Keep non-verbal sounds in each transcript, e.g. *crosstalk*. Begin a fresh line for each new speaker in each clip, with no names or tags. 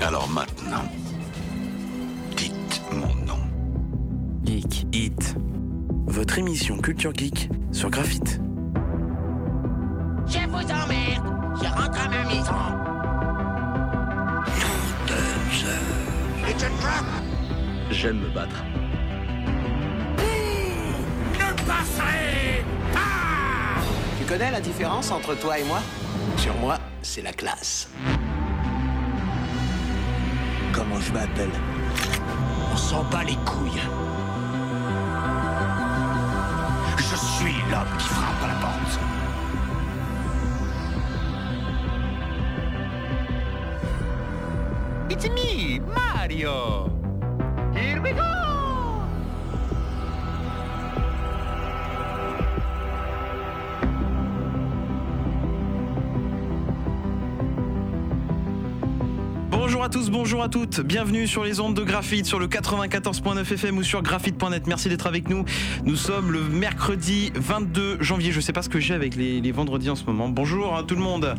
Alors maintenant, dites mon nom.
Geek It. Votre émission Culture Geek sur Graphite.
Je vous emmerde, je rentre à ma maison. It's a trap.
J'aime me battre.
Ne passerez pas
Tu connais la différence entre toi et moi Sur moi, c'est la classe. Comment je m'appelle
On s'en bat les couilles. Je suis l'homme qui frappe à la porte.
It's me, Mario. Here we go.
Bonjour à tous, bonjour à toutes, bienvenue sur les ondes de Graphite, sur le 94.9 FM ou sur graphite.net. Merci d'être avec nous. Nous sommes le mercredi 22 janvier. Je sais pas ce que j'ai avec les, les vendredis en ce moment. Bonjour à tout le monde.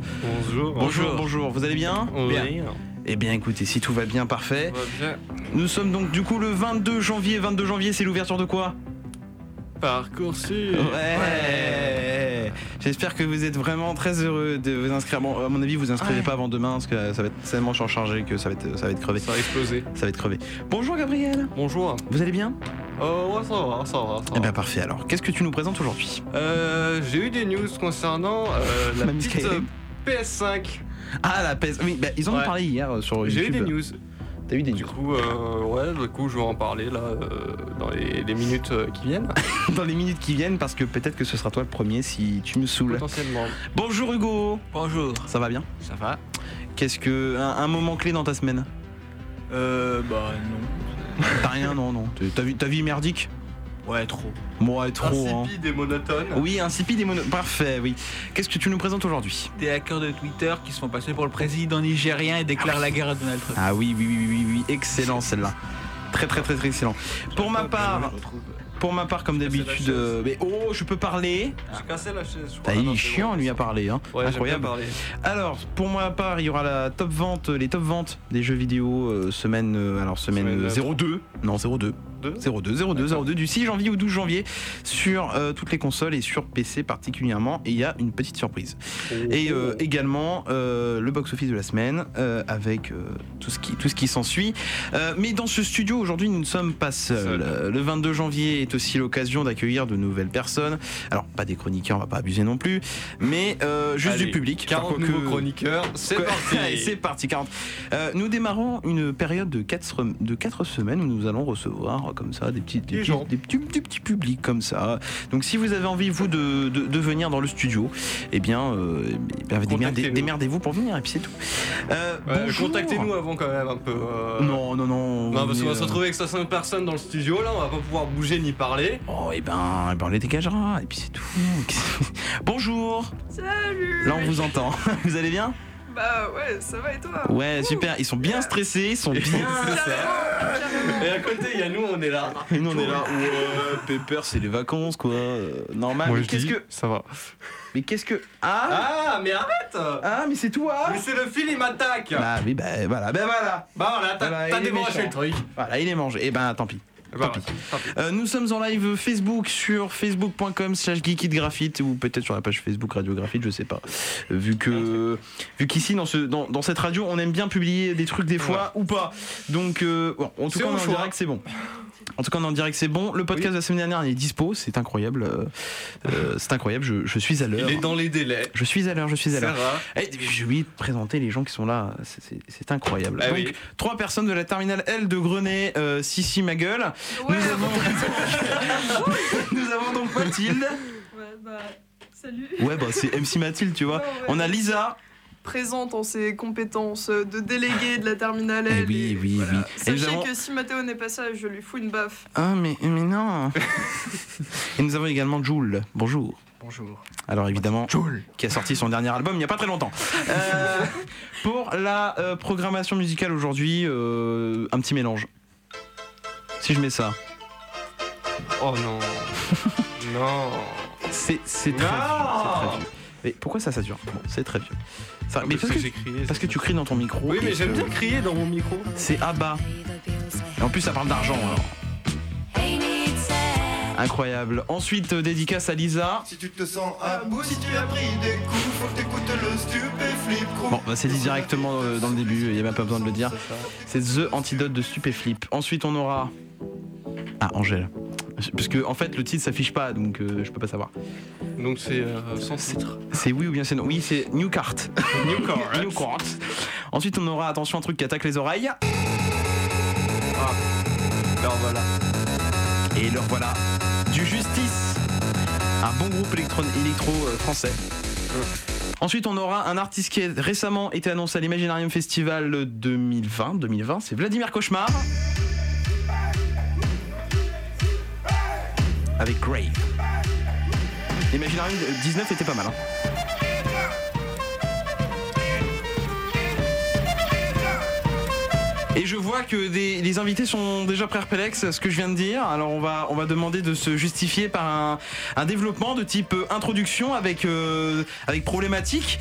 Bonjour.
Bonjour, bonjour. Vous allez bien
Oui.
Eh bien, écoutez, si tout va bien, parfait.
On va bien.
Nous sommes donc du coup le 22 janvier. 22 janvier, c'est l'ouverture de quoi
Parcoursu.
Ouais. J'espère que vous êtes vraiment très heureux de vous inscrire. Bon, à mon avis, vous inscrivez pas avant demain parce que ça va être tellement chargé que ça va être, ça va être crevé.
Ça a explosé.
Ça va être crevé. Bonjour Gabriel.
Bonjour.
Vous allez bien
Oh, ouais, ça va, ça va, ça
Eh
va.
bien parfait. Alors, qu'est-ce que tu nous présentes aujourd'hui
Euh, J'ai eu des news concernant euh, la
Mamie
petite
Skyrim.
euh, PS5.
Ah la PS. Oui, bah, ils en ont
Ouais.
parlé hier euh, sur YouTube.
J'ai eu des news.
T'as eu des
Du
news
coup, euh, ouais, du coup, je vais en parler là euh, dans les, les minutes euh, qui viennent,
*laughs* dans les minutes qui viennent parce que peut-être que ce sera toi le premier si tu me saoules.
potentiellement.
Bonjour Hugo.
Bonjour,
Ça va bien
ça va
Qu'est-ce que un, un moment clé dans ta semaine
Euh, bah non.
T'as rien non non. T'as vu ta vie merdique
Ouais, trop.
Moi trop. hein.
Insipide et monotone.
Oui, insipide et mono. Parfait, oui. Qu'est-ce que tu nous présentes aujourd'hui
Des hackers de Twitter qui se font passer pour le président nigérien et déclarent la guerre à Donald Trump.
Ah oui, oui, oui, oui, oui, oui, excellent celle-là. Très, très, très, très excellent. Pour ma
Ah,
part, pour ma part, comme
C'est la
d'habitude,
chose.
euh, mais oh, je peux parler.
J'ai cassé la chaise. je crois.
T'as
Ah non,
eu
c'est
chiant
bon.
lui à parler, hein.
Ouais, j'ai bien
Incroyable.
parlé.
Alors, pour ma part, il y aura la top vente, les top ventes des jeux vidéo euh, semaine, euh, alors semaine,
Semaine,
euh,
euh,
02, non 02.
Deux
02, 02, 02 du 6 janvier au 12 janvier sur euh, toutes les consoles et sur PC particulièrement. Et il y a une petite surprise. Et euh, également euh, le box-office de la semaine euh, avec euh, tout ce qui, tout ce qui s'ensuit. Euh, mais dans ce studio, aujourd'hui, nous ne sommes pas seuls.
Seul.
Euh, Le 22 janvier est aussi l'occasion d'accueillir de nouvelles personnes. Alors, pas des chroniqueurs, on va pas abuser non plus, mais euh, juste
Allez,
du public.
40
Enfin, quoique-
nouveaux chroniqueurs, c'est
Quoi-
parti.
Allez, *laughs* c'est parti, 40. Euh, nous démarrons une période de 4, de quatre semaines où nous allons recevoir euh, comme ça des petites, des
Des
petits-
gens.
des petits, des petits publics comme ça. Donc si vous avez envie vous de, de- de venir dans le studio, eh bien, euh, eh bien, démerdez-
Contactez-nous.
démerdez-vous pour venir et puis c'est tout. Euh,
Ouais,
bonjour.
Contactez-nous avant quand même un peu. euh,
Non, non, non.
Non, parce
mais,
qu'on va se
euh,
retrouver avec 500 personnes dans le studio, là, on va pas pouvoir bouger ni parler.
Oh, et ben, eh ben, on les dégagera et puis c'est tout. *laughs* Bonjour.
Salut
Là, on vous entend. *laughs* vous allez bien
Bah ouais, ça va et toi
Ouais, super. Ils sont bien stressés, ils
*laughs*
sont bien.
Et à côté, il y a nous, on est là.
Et nous on est là, ouais, Pepper c'est les vacances quoi, euh, normal. mais qu'est-ce que.
Ça va.
Mais qu'est-ce que. Ah
Ah, mais arrête
Ah, mais c'est toi
Mais c'est le fil, il m'attaque
Ah oui, bah voilà, ben voilà
Bah voilà, t'as
Voilà,
t'as
il est
débranché le
méchant.
truc.
Voilà, il est mangé. Et ben tant pis.
Bah,
pis.
voilà, tant pis.
Euh, nous sommes en live Facebook sur facebook.com slash graphite ou peut-être sur la page Facebook Radio Graphite, je sais pas. Euh, Vu que vu qu'ici dans, ce, dans, dans cette radio on aime bien publier des trucs des fois ou pas. Donc euh, bon, en tout
C'est
cas on
au
est en
choix.
direct c'est bon. En tout cas on est en direct c'est bon. Le podcast de la semaine dernière il est dispo, c'est incroyable. euh, euh, c'est incroyable, je, je suis à l'heure.
Il est dans les délais.
Je suis à l'heure, je suis à
Ça
l'heure.
va.
Eh, J'ai oublié de présenter les gens qui sont là, c'est- c'est c'est incroyable.
Ah
Donc,
oui.
trois personnes de la terminale L de Grenet, euh, Sissi ma gueule.
Ouais,
nous, avons... *laughs* nous avons donc Mathilde.
ouais, bah, salut
Ouais, bah c'est MC Mathilde, tu vois.
Ouais, ouais.
On a Lisa.
Présente en ses compétences euh, de délégué de la terminale L. et
Eh oui, oui. Et nous
Sachez
avons.
que si Mathéo n'est pas ça, je lui fous une baffe.
Ah, mais, mais non. *laughs* Et nous avons également Joule. Bonjour.
Bonjour.
Alors évidemment,
Joule.
qui a sorti son dernier album il n'y a pas très longtemps. *laughs* Euh, pour la euh, programmation musicale aujourd'hui, euh, un petit mélange. Si je mets ça,
Oh non. non.
*laughs* c'est c'est très, vieux,
Non
c'est très vieux. Mais pourquoi ça, ça dure Bon, C'est très vieux. Ça- Ah, mais
parce
parce
que
que,
j'ai crié,
parce
c'est
que tu cries dans ton micro.
Oui,
et
mais j'aime
que
bien crier dans mon micro.
C'est à bas. Et en plus, ça parle d'argent alors. Incroyable. Ensuite, euh, dédicace à Lisa.
Si tu te sens à bout, si tu as pris des coups, faut que t'écoutes le stupéflip.
Bon, bah, c'est dit directement euh, dans le début, il n'y a même pas besoin de le dire. C'est The Antidote de Stupéflip. Ensuite, on aura. Ah, Angèle. Parce que, en fait, le titre s'affiche pas, donc euh, je peux pas savoir.
Donc c'est euh, sans titre.
C'est oui ou bien c'est non Oui, c'est New Cart.
New
*laughs*
Cart.
New Cart. Ensuite, on aura, attention, un truc qui attaque les oreilles.
Alors voilà.
Et leur voilà du Justice, un bon groupe électron- électro euh, français. Ensuite, on aura un artiste qui a récemment été annoncé à l'Imaginarium Festival 2020. 2020, c'est Vladimir Cauchemar. Avec Grave. L'Imaginarium 19 était pas mal. hein. Et je vois que des- les invités sont déjà perplexes à ce que je viens de dire. Alors on va, on va demander de se justifier par un, un développement de type euh, introduction avec, euh, avec problématique.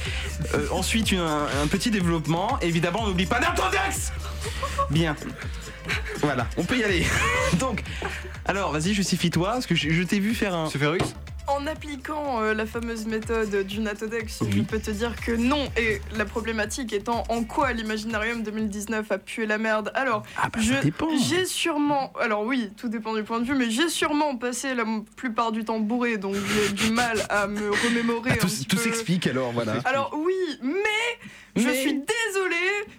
Euh, ensuite une- un, un petit développement. Évidemment on n'oublie pas d'intendex Bien. Voilà, on peut y aller. *laughs* Donc, alors vas-y justifie-toi, parce que je, je t'ai vu faire un...
C'est Ferrux
En appliquant euh, la fameuse méthode du Natodex, je
Oui.
peux te dire que non. Et la problématique étant en quoi l'Imaginarium 2019 a pué la merde. Alors,
Ah, bah,
je- j'ai sûrement. Alors, oui, tout dépend du point de vue, mais j'ai sûrement passé la m- plupart du temps bourré, donc j'ai du mal à me
*laughs*
remémorer. un
Ah, tout
petit
tout
peu.
s'explique alors, voilà.
Alors, oui, mais je
Mais-
suis désolée,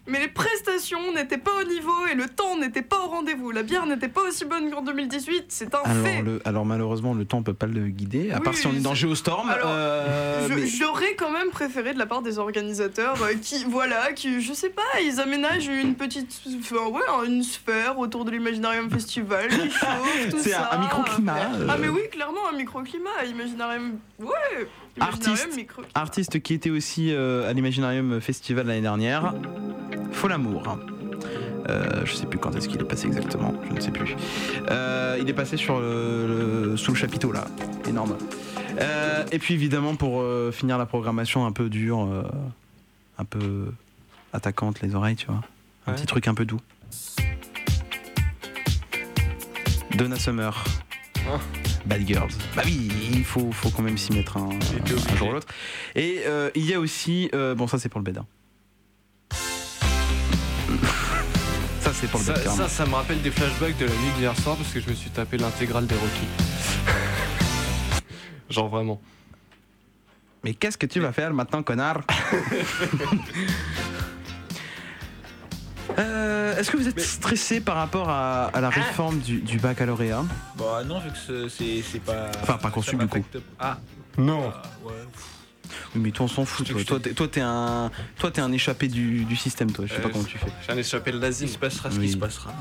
mais les prestations n'étaient pas au niveau et le temps n'était pas au rendez-vous. La bière n'était pas aussi bonne qu'en 2018, c'est un fait.
Alors, le- alors malheureusement le temps peut pas le guider, à
Oui,
part si on est dans
c'est-
Geostorm.
Alors,
euh,
Je-
mais-
J'aurais quand même préféré de la part des organisateurs euh, qui, voilà, qui, je sais pas, ils aménagent une petite, enfin ouais, hein, une sphère autour de l'Imaginarium
*laughs*
Festival, qui chauffe, tout
C'est un-
ça.
un microclimat, euh.
Ah mais oui, clairement un microclimat, Imaginarium, ouais, Imaginarium,
Artiste.
micro-
Artiste qui était aussi euh, à l'Imaginarium Festival l'année dernière, Folamour. Euh, je sais plus quand est-ce qu'il est passé exactement, je ne sais plus. Euh, il est passé sur le, le- sous le chapiteau là, énorme. Euh, et puis évidemment pour euh, finir la programmation un peu dure, euh, un peu attaquante les oreilles, tu vois, un
Ouais.
petit truc un peu doux. Donna Summer.
Ah.
Bad Girls. Bah oui, il faut, faut quand même s'y mettre un,
était
un
obligé.
jour ou l'autre. Et euh, il y a aussi. euh, bon, ça c'est pour le bed. hein. ça c'est pour le
Ça,
bed. carrément.
ça, ça me rappelle des flashbacks de la nuit d'hier soir parce que je me suis tapé l'intégrale des Rocky. Genre vraiment.
Mais qu'est-ce que tu vas faire maintenant,
*laughs*
connard Euh, Est-ce que vous êtes stressé par rapport à, à
Ah.
la réforme du, du baccalauréat
Bah non, vu que ce- c'est c'est pas.
Enfin, pas conçu,
ça
du coup.
m'affecte- Ah,
Non.
bah, ouais.
Oui, mais toi on s'en fout. Toi, Toi, t'es- toi t'es un, toi t'es un échappé du, du système, toi. Je sais
Euh,
pas comment tu fais.
J'ai un échappé de
Il
l'asile.
se passera ce
Oui.
qui se passera.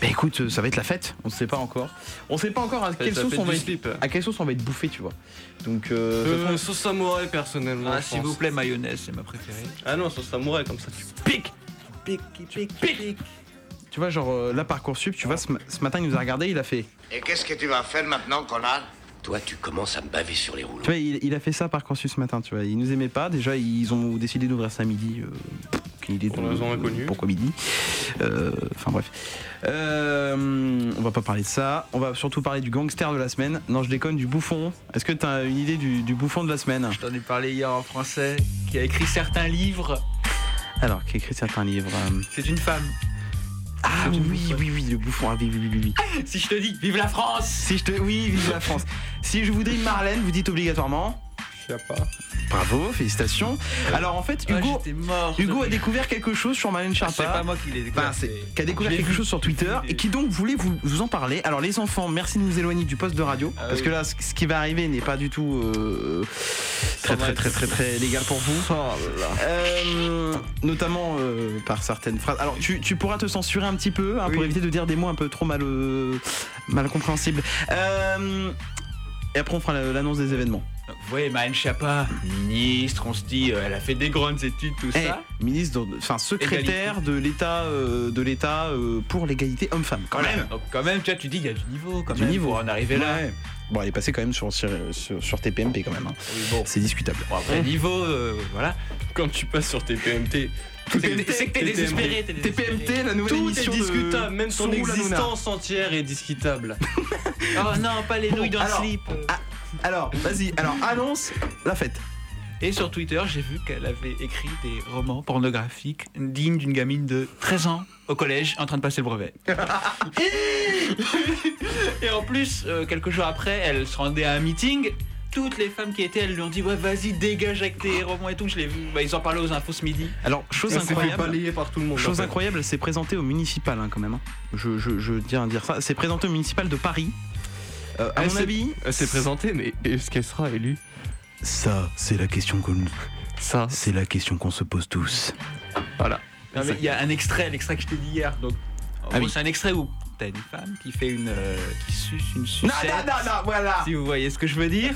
Bah écoute, euh, ça va être la fête. On sait pas encore. On sait pas encore à quelle sauce on va être,
slip.
à quelle sauce on va être bouffé, tu vois. Donc euh, ça se trouve-
Euh, sauce samouraï personnellement.
Ah,
je
s'il
pense.
vous plaît, mayonnaise, c'est ma préférée.
Ah non, sauce samouraï comme ça. Tu...
tu vois genre euh, là parcoursup, tu vois ce, ma- ce matin il nous a regardé, il a fait.
Et qu'est-ce que tu vas faire maintenant, connard
Toi, tu commences à me baver sur les rouleaux.
Tu vois, il, il a fait ça par conçu ce matin, tu vois. Il nous aimait pas. Déjà, ils ont décidé d'ouvrir ça à midi. euh, pff, aucune idée
Pour raison inconnue.
Pourquoi midi Euh, Enfin bref. Euh, on va pas parler de ça. On va surtout parler du gangster de la semaine. Non, je déconne, du bouffon. Est-ce que t'as une idée du, du bouffon de la semaine
Je t'en ai parlé hier en français, qui a écrit certains livres.
Alors, qui a écrit certains livres. euh,
C'est une femme.
Ah
du
oui,
bouffon.
oui, oui, le bouffon. Ah oui, oui, oui, oui, oui.
*laughs* Si je te dis, vive la France
Si je te. Oui, vive la France. Si je vous dis Marlène, vous dites obligatoirement.
Je sais pas.
Bravo, félicitations. Alors en fait,
Ah,
Hugo.
j'étais mort.
Hugo a découvert quelque chose sur Marlène
Ah, C'est
Sharpa.
pas moi qui l'ai
Enfin,
découvert.
c'est-
c'est-
qui a découvert
Je l'ai
quelque
vu.
chose sur Twitter
Je l'ai
et qui donc voulait vous, vous en parler. Alors les enfants, merci de nous éloigner du poste de radio
Ah
parce
oui.
que là, ce ce qui va arriver n'est pas du tout euh, très,
va
très
être-
très très très légal pour vous.
Oh
Euh, notamment euh, par certaines phrases. Alors tu, tu pourras te censurer un petit peu hein, pour
Oui.
éviter de dire des mots un peu trop mal euh, mal compréhensibles. Euh, et après on fera la- l'annonce des événements.
Vous voyez, Maën Chapa, ministre, on se dit, euh, elle a fait des grandes études, tout
Eh,
ça.
ministre, dans- enfin secrétaire de l'État euh, de l'État euh, pour l'égalité homme-femme. Quand même.
Donc, Oh, quand même, tu, vois, tu dis, il y a du niveau, quand
Du
même,
niveau.
pour en arriver là.
Ouais. Bon, elle est passée quand même sur sur, sur- sur TPMP quand même. hein.
Oui, bon,
C'est discutable.
bon, après, niveau, euh, voilà.
Quand tu passes sur tes PMT,
C'est que c'est que t'es
TPMT.
désespéré, t'es désespéré.
TPMT, la nouvelle
tout est
émission de
discutable, même son
Sourou Lanouna.
existence entière est discutable.
Oh non, pas les
Bon,
nouilles dans le
alors. ah,
slip.
Alors, vas-y. Alors, annonce la fête.
Et sur Twitter, j'ai vu qu'elle avait écrit des romans pornographiques dignes d'une gamine de 13 ans au collège en train de passer le brevet. Et en plus, euh, quelques jours après, elle se rendait à un meeting. Toutes les femmes qui étaient, elles lui ont dit Ouais, vas-y, dégage avec tes romans et tout. Je l'ai vu. Bah, ils en parlaient aux infos ce midi.
Alors, chose
Ça s'est fait
incroyable.
balayer par tout le monde.
Chose
en fait.
incroyable, elle s'est présentée au municipal hein, quand même. hein. Je, je, je tiens à dire ça. C'est présenté au municipal de Paris. Euh, à
Elle
mon
s'est-
avis,
Elle s'est présentée, mais est-ce qu'elle sera élue
ça, c'est la question qu'on,
Ça,
c'est la question qu'on se pose tous.
voilà.
Non, mais il y a un extrait, l'extrait que je t'ai dit hier. Donc, en
Ah
gros,
oui.
c'est un extrait où t'as une femme qui fait une. euh, qui suce une
Non,
sucette.
non, non, non, voilà.
Si vous voyez ce que je
*laughs*
veux dire.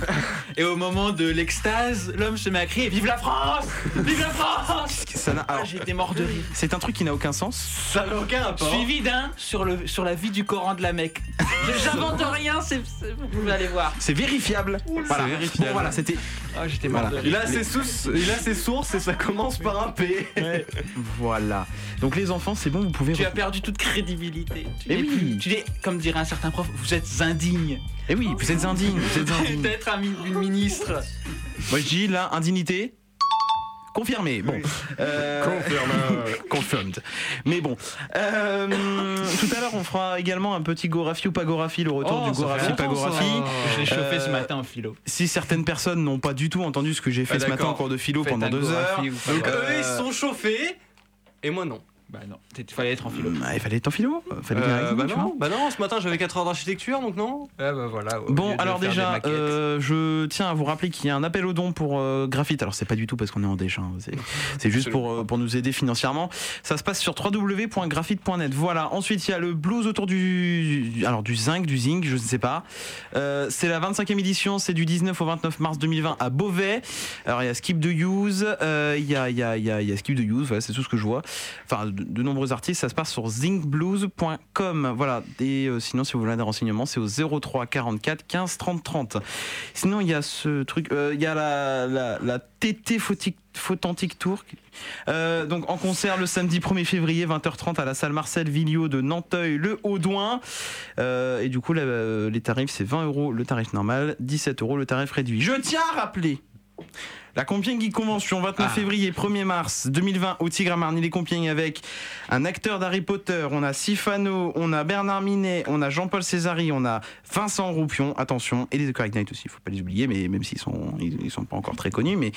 Et au moment de l'extase, l'homme se met à crier Vive la France Vive la France
Ça n'a-
ah,
alors,
J'étais mort de rire.
c'est un truc qui n'a aucun sens.
Ça n'a aucun rapport.
Ah, Suivi d'un sur, le, sur la vie du Coran de la Mecque. J'invente rien, c'est, c'est- vous pouvez aller voir.
C'est vérifiable. Voilà.
C'est vérifiable.
Bon, voilà, c'était.
Ah, j'étais mort
Voilà.
de
Il
rire.
a, ses sous- il a ses sources et ça commence par un P.
*laughs* Voilà. Donc les enfants, c'est bon, vous pouvez.
Tu as perdu toute crédibilité. Tu
Eh
n'es
oui.
plus- tu es, comme dirait un certain prof, vous êtes indigne
Eh oui, vous êtes indigne. Vous êtes
*laughs*
indigne.
d'être un mi- une ministre.
Moi je dis là, indignité. Confirmé. Bon. Euh,
*laughs*
Confirmed. Mais bon. Euh, tout à l'heure, on fera également un petit Gorafi ou pas Gorafi, le retour
Oh,
du
ça fait
Gorafi, pas
longtemps, ça.
Gorafi.
Je l'ai chauffé
Euh,
ce matin en philo.
Si certaines personnes n'ont pas du tout entendu ce que j'ai fait
Ah,
ce matin
d'accord.
en cours de philo
Faites
pendant
un
deux heures,
Gorafi ou pas
Donc
Gorafi.
eux, Euh, ils sont chauffés. Et moi, non.
Bah non, t'es- fallait être en philo.
bah, il fallait être en philo. Il fallait bien
Euh,
raisonner,
bah,
tu
non,
vois.
bah non, ce matin, j'avais 4 heures d'architecture, donc non.
Ah bah voilà. au
Bon,
lieu de
alors
faire des
déjà,
maquettes.
euh, je tiens à vous rappeler qu'il y a un appel aux dons pour euh, Graphite. Alors, c'est pas du tout parce qu'on est en déchet, hein, c'est- c'est juste pour, euh, pour nous aider financièrement. Ça se passe sur www.graphite.net. Voilà. Ensuite, il y a le blues autour du, du- alors, du zinc, du zinc, je ne sais pas. Euh, c'est la 25e édition, c'est du 19 au 29 mars 2020 à Beauvais. Alors, il y a Skip de Use, euh, il y, a, il y, a, il y a- il y a Skip de Use, voilà, c'est tout ce que je vois. Enfin, de, de nombreux artistes, ça se passe sur zincblues.com. Voilà. Et euh, sinon, si vous voulez des renseignements, c'est au 03 44 15 30 30. Sinon, il y a ce truc, euh, il y a la, la, la TT Photic- Photantic Tour. Euh, donc en concert le samedi 1er février 20h30 à la salle Marcel Villiot de Nanteuil, le Haudouin. Euh, et du coup, là, euh, les tarifs, c'est 20 euros le tarif normal, 17 euros le tarif réduit. Je tiens à rappeler. La Compiègne Geek Convention, 29 février, 1er mars 2020, au Tigre à Marny les Compiègnes, avec un acteur d'Harry Potter, on a Sifano, on a Bernard Minet, on a Jean-Paul Césari, on a Vincent Roupion, attention, et les The Correct Knights aussi, il faut pas les oublier, mais même s'ils sont, ils, ils sont pas encore très connus, mais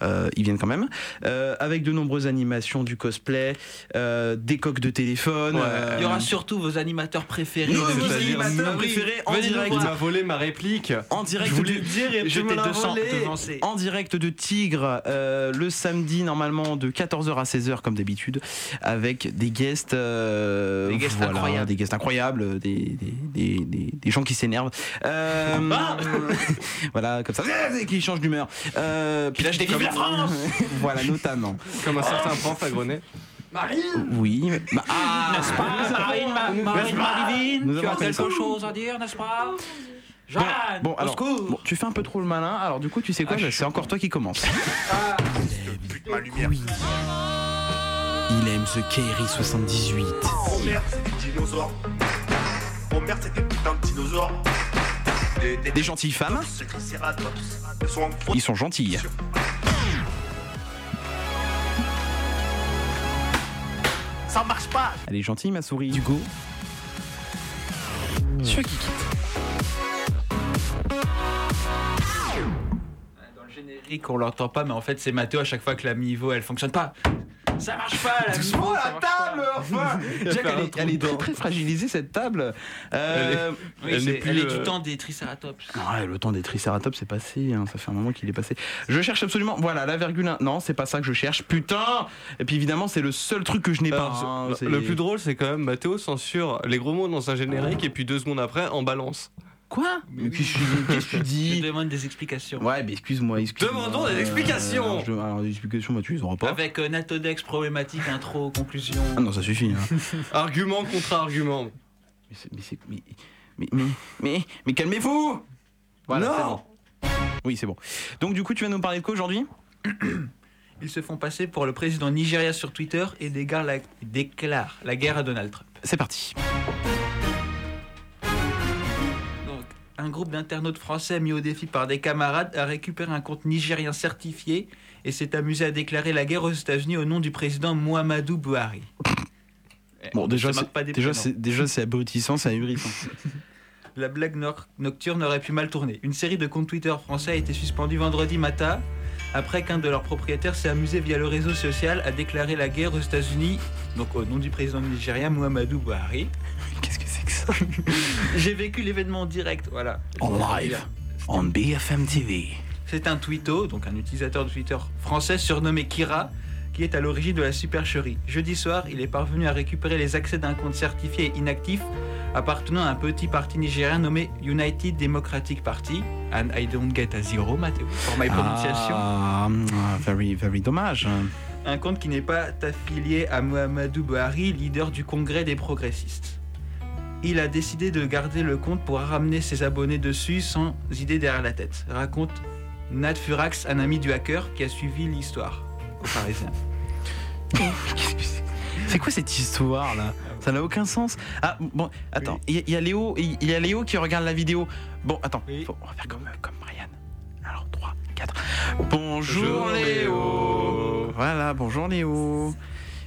euh, ils viennent quand même. Euh, avec de nombreuses animations, du cosplay, euh, des coques de téléphone. euh,
Il y aura surtout vos animateurs préférés.
Nos
C'est-à-dire-
animateurs
Oui.
préférés en
Venez nous
direct.
Il
voir.
m'a volé ma réplique.
en direct
Je voulais
du-
le dire et tu me
J'étais
l'as
200
volé.
devancé.
en direct de Tigre euh, le samedi normalement de 14h à 16h comme d'habitude avec des guests, euh,
Des guests
voilà,
incroyables.
des guests incroyables des, des- des- des- des gens qui s'énervent Euh,
Ah
*laughs* voilà
*laughs*
comme ça qui changent d'humeur euh,
Qui lâchent des
comme-
Vive la France
*laughs* voilà notamment
Comme un certain
Ah.
prof à Grenet.
oui bah, ah,
N'est-ce pas, Marine, Ma- Marine
Nous
Marivine Tu as
avons fait
quelque
ça.
chose à dire, n'est-ce pas
bon,
Jeanne,
bon,
au
alors,
secours. Ah,
bon, tu fais un peu trop le malin alors du coup tu sais quoi c'est encore toi qui commence
Oui. Il aime ce Kerry 78.
Oh merde, c'est des dinosaures. Oh merde, c'est des putains de dinosaures. Des, des,
des gentilles femmes
des triceratops. Elles sont en faute.
ils sont gentilles
Ça marche pas.
elle est gentille ma souris Hugo sur qui
Dans le générique, on l'entend pas, mais en fait, c'est Mathéo à chaque fois que la Mivo elle fonctionne pas. Ça marche pas, la Mivo, ça marche pas. *laughs*
enfin Jack, elle est, elle est très, très fragilisée cette table. Euh,
Oui,
Elle
c'est-
n'est plus,
Elle est
euh,
du temps des Triceratops.
ouais, le temps des triceratops c'est passé, hein, ça fait un moment qu'il est passé. Je cherche absolument, voilà, la virgule 1. Non, c'est pas ça que je cherche, putain Et puis évidemment, c'est le seul truc que je n'ai pas.
Alors,
hein, c'est-
bah,
*laughs*
le plus drôle, c'est quand même Mathéo censure les gros mots dans un générique et puis deux secondes après en balance.
Quoi Mais qu'est-ce que tu- qu'est-ce que tu dis
Je demande *laughs* des explications.
Ouais, mais excuse-moi, excuse
Demandons des explications.
alors, des explications, bah, tu les auras pas.
Avec euh, Natodex, problématique, intro, conclusion.
Ah non, ça suffit. hein.
Argument contre argument.
mais c'est- mais c'est- mais- mais- mais- mais- mais calmez-vous Voilà, c'est bon. Oui, c'est bon. Donc, du coup, tu vas nous parler de quoi aujourd'hui
Ils se font passer pour le président Nigeria sur Twitter et dégarent la- déclarent la guerre à Donald Trump.
C'est parti.
Donc, un groupe d'internautes français mis au défi par des camarades a récupéré un compte nigérien certifié et s'est amusé à déclarer la guerre aux États-Unis au nom du président Muhammadu Buhari. Eh, on
Bon,
ne
déjà,
se moque
c'est-
pas des
déjà,
prénoms.
c'est- déjà, c'est abrutissant, c'est ahurissant.
La blague nor- nocturne aurait pu mal tourner. Une série de comptes Twitter français a été suspendue vendredi matin après qu'un de leurs propriétaires s'est amusé via le réseau social à déclarer la guerre aux États-Unis, donc au nom du président nigérien Muhammadu Buhari.
Qu'est-ce que c'est que ça
J'ai vécu l'événement en direct, voilà.
En live, on BFM TV.
C'est un twitto, donc un utilisateur de Twitter français surnommé Kira, qui est à l'origine de la supercherie. Jeudi soir, il est parvenu à récupérer les accès d'un compte certifié et inactif appartenant à un petit parti nigérien nommé United Democratic Party. And I don't get a zero, Mathéo, for my prononciation.
Ah, very, very dommage.
Un compte qui n'est pas affilié à Mohamedou Buhari, leader du Congrès des progressistes. Il a décidé de garder le compte pour ramener ses abonnés dessus sans idée derrière la tête, raconte Nat Furax, un ami du hacker qui a suivi l'histoire au Parisien.
C'est quoi cette histoire là Ça n'a aucun sens. Ah bon, attends, il y a- il y, a Léo, il il y a Léo qui regarde la vidéo. Bon, attends,
Oui.
faut- on va faire comme, euh, comme Brian. Alors 3, 4. Bonjour,
Bonjour,
Léo.
Léo.
Voilà, bonjour Léo.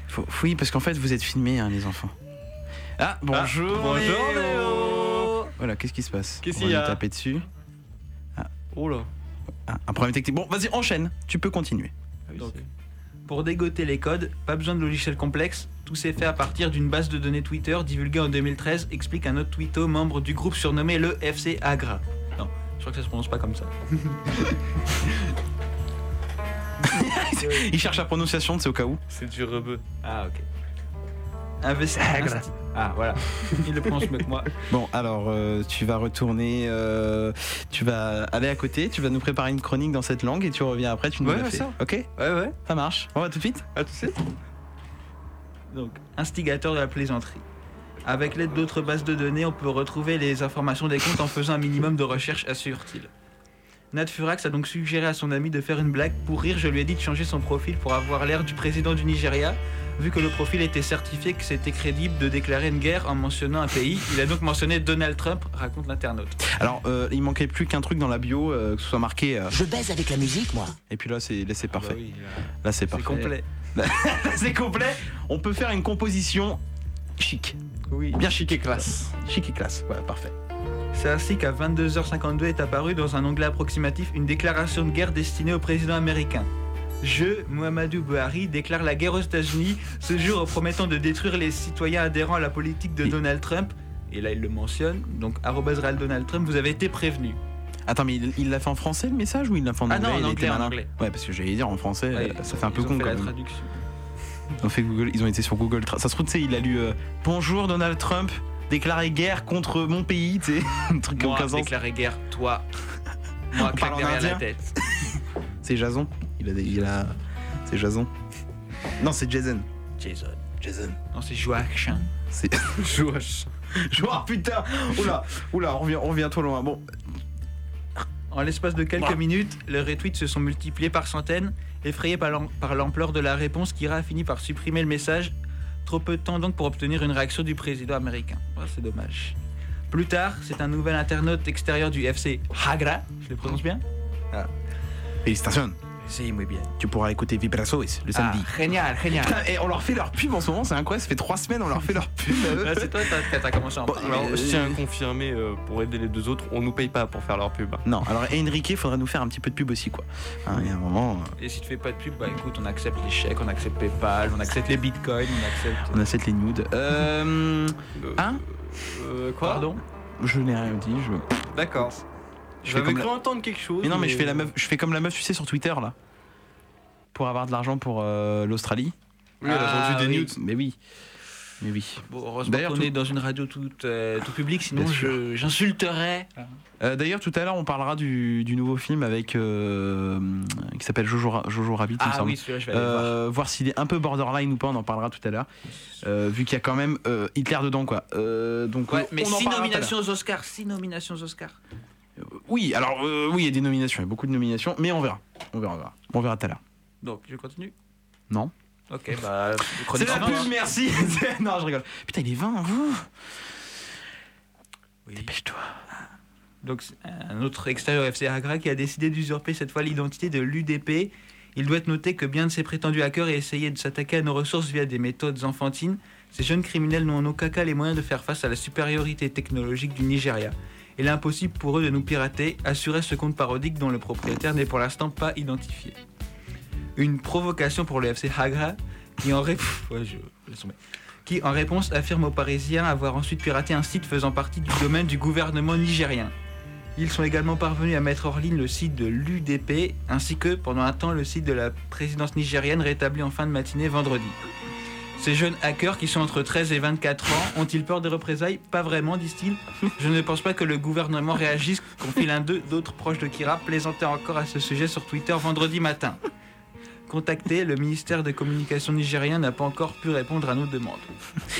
Faut- faut- oui, parce qu'en fait vous êtes filmés hein, les enfants. Ah bonjour.
bonjour,
Léo. Voilà, qu'est-ce qui se passe
Qu'est-ce
On
qu'il
va
y
lui
a
taper dessus.
Oh là.
Ah, un problème technique. Bon, vas-y, enchaîne. Tu peux continuer.
Ah oui,
Donc,
c'est-
Pour dégoter les codes, pas besoin de logiciel complexe, tout s'est fait à partir d'une base de données Twitter divulguée en 2013, explique un autre twitto membre du groupe surnommé le FC Agra. Non, je crois que ça se prononce pas comme ça.
Il cherche la prononciation, c'est au cas où.
c'est du rebeu.
Ah ok. Investi- insti- Ah voilà. Il le prononce mieux que moi.
Bon, alors euh, tu vas retourner, euh, tu vas aller à côté, tu vas nous préparer une chronique dans cette langue et tu reviens après, tu nous
Ouais,
la
ouais,
fais.
ça.
Ok,
Ouais, ouais. Ah,
ça marche. On va tout de suite
À tout de suite.
Donc instigateur de la plaisanterie. Avec l'aide d'autres bases de données, on peut retrouver les informations des comptes en faisant un minimum de recherche, assure-t-il. Nat Furax a donc suggéré à son ami de faire une blague. Pour rire, je lui ai dit de changer son profil pour avoir l'air du président du Nigeria. Vu que le profil était certifié que c'était crédible de déclarer une guerre en mentionnant un pays, il a donc mentionné Donald Trump, raconte l'internaute.
Alors, euh, il manquait plus qu'un truc dans la bio, euh, que ce soit marqué. euh,
Je baise avec la musique, moi.
et puis là, c'est là, c'est parfait.
Ah Bah oui, euh,
là, c'est
C'est
parfait.
complet. *laughs*
c'est complet. On peut faire une composition chic,
Oui.
bien chic et classe. Chic et classe, voilà, parfait.
C'est ainsi qu'à 22h52 est apparue dans un onglet approximatif une déclaration de guerre destinée au président américain. Je, Muhammadu Buhari, déclare la guerre aux États-Unis ce jour en promettant de détruire les citoyens adhérents à la politique de
Mais-
Donald Trump. Et là, il le mentionne. Donc, arrobase Real Donald Trump, vous avez été prévenu.
Attends, mais il il l'a fait en français le message ou il l'a fait en
Ah
anglais
non, en
Il était
anglais, en
malin.
anglais.
Ouais, parce que j'allais dire en français,
Ouais,
euh, ça fait un peu
ils ont
con
fait
quand
la
même.
traduction.
Ils ont, fait Google, ils ont été sur Google. Tra- Ça se trouve, tu sais, il a lu euh, Bonjour Donald Trump, déclaré guerre contre mon pays, tu sais, *laughs* un truc qui a
Moi,
aucun sens.
déclarer guerre,
*laughs*
toi. Moi,
On
claque
parle en
derrière la
indien
tête.
C'est Jason. Il a, des- il a- c'est Jason. Non, c'est Jason.
Jason.
Jason.
Non, c'est Joachim.
C'est
Jouache.
Joueur Ah, putain. Oula, oula, on revient, on revient trop loin. Bon,
En l'espace de quelques minutes, les retweets se sont multipliés par centaines, effrayés par l'am- par l'ampleur de la réponse, Kira a fini par supprimer le message. Trop peu de temps donc pour obtenir une réaction du président américain. Ah, c'est dommage. Plus tard, c'est un nouvel internaute extérieur du FC Hagra, je le prononce bien
félicitations.
Si, muy bien.
Tu pourras écouter Vibrasois le
Ah,
samedi. *laughs*
génial, *laughs* génial.
Putain, Et on leur fait leur pub en ce moment, c'est incroyable. Ça fait trois semaines, on leur fait leur
*laughs*
pub. à eux.
Là, c'est toi, t'as- t'as commencé à en
Bon,
parler.
Alors, je tiens à confirmer euh, pour aider les deux autres, on nous paye pas pour faire leur pub.
Non, alors Enrique, faudra nous faire un petit peu de pub aussi, quoi. Hein, Il y a un moment, euh,
Et si tu fais pas de pub, bah écoute, on accepte les chèques, on accepte PayPal, on accepte les bitcoins, on accepte.
on accepte les nudes. Euh,
Euh,
Hein
euh, Quoi
Pardon
je n'ai rien dit. Je...
D'accord.
Je fais
J'avais
comme
cru
la-
entendre quelque chose.
Mais non, mais je fais la meuf, je fais comme la meuf, tu sais, sur Twitter là, pour avoir de l'argent pour euh, l'Australie.
Oui, elle a
Ah,
vendu des
oui.
nudes.
Mais oui. Mais oui.
Bon, heureusement
D'ailleurs,
qu'on
tout-
est dans une radio toute, euh, tout public, sinon
Bien
je- j'insulterais.
Euh, D'ailleurs, tout à l'heure, on parlera du, du nouveau film avec euh, qui s'appelle Jojo, Ra- Jojo Rabbit. il me
Ah
semble.
oui, celui-là, je vais aller le voir.
Euh, voir s'il est un peu borderline ou pas, on en parlera tout à l'heure. Euh, vu qu'il y a quand même euh, Hitler dedans, quoi. Euh, donc,
Ouais,
euh,
mais
on en
six
parlera tout à
nominations aux Oscars, six nominations aux Oscars.
l'heure. Oui, alors euh, oui, il y a des nominations, il y a beaucoup de nominations, mais on verra, on verra, on verra, on verra tout à l'heure.
Donc, je continue
Non.
Ok, bah,
C'est
chronique
la
suivante.
pub, merci. C'est- non, je rigole. Putain, il est 20. vous. Dépêche-toi.
Donc, c'est un autre extérieur FC Agra qui a décidé d'usurper cette fois l'identité de l'UDP. Il doit être noté que bien de ses prétendus hackers aient essayé de s'attaquer à nos ressources via des méthodes enfantines, ces jeunes criminels n'ont en aucun cas les moyens de faire face à la supériorité technologique du Nigeria. Il est impossible pour eux de nous pirater, assurait ce compte parodique dont le propriétaire n'est pour l'instant pas identifié. Une provocation pour le FC Agra qui en répond. *laughs* Ouais, je- laisse tomber. qui, en réponse, affirme aux Parisiens avoir ensuite piraté un site faisant partie du domaine du gouvernement nigérien. Ils sont également parvenus à mettre hors ligne le site de l'UDP, ainsi que, pendant un temps, le site de la présidence nigérienne rétabli en fin de matinée vendredi. Ces jeunes hackers qui sont entre 13 et 24 ans ont-ils peur des représailles Pas vraiment, disent-ils. Je ne pense pas que le gouvernement réagisse, confie l'un d'eux, d'autres proches de Kira, plaisantait encore à ce sujet sur Twitter vendredi matin. Contacté, le ministère des Communications nigérien n'a pas encore pu répondre à nos demandes.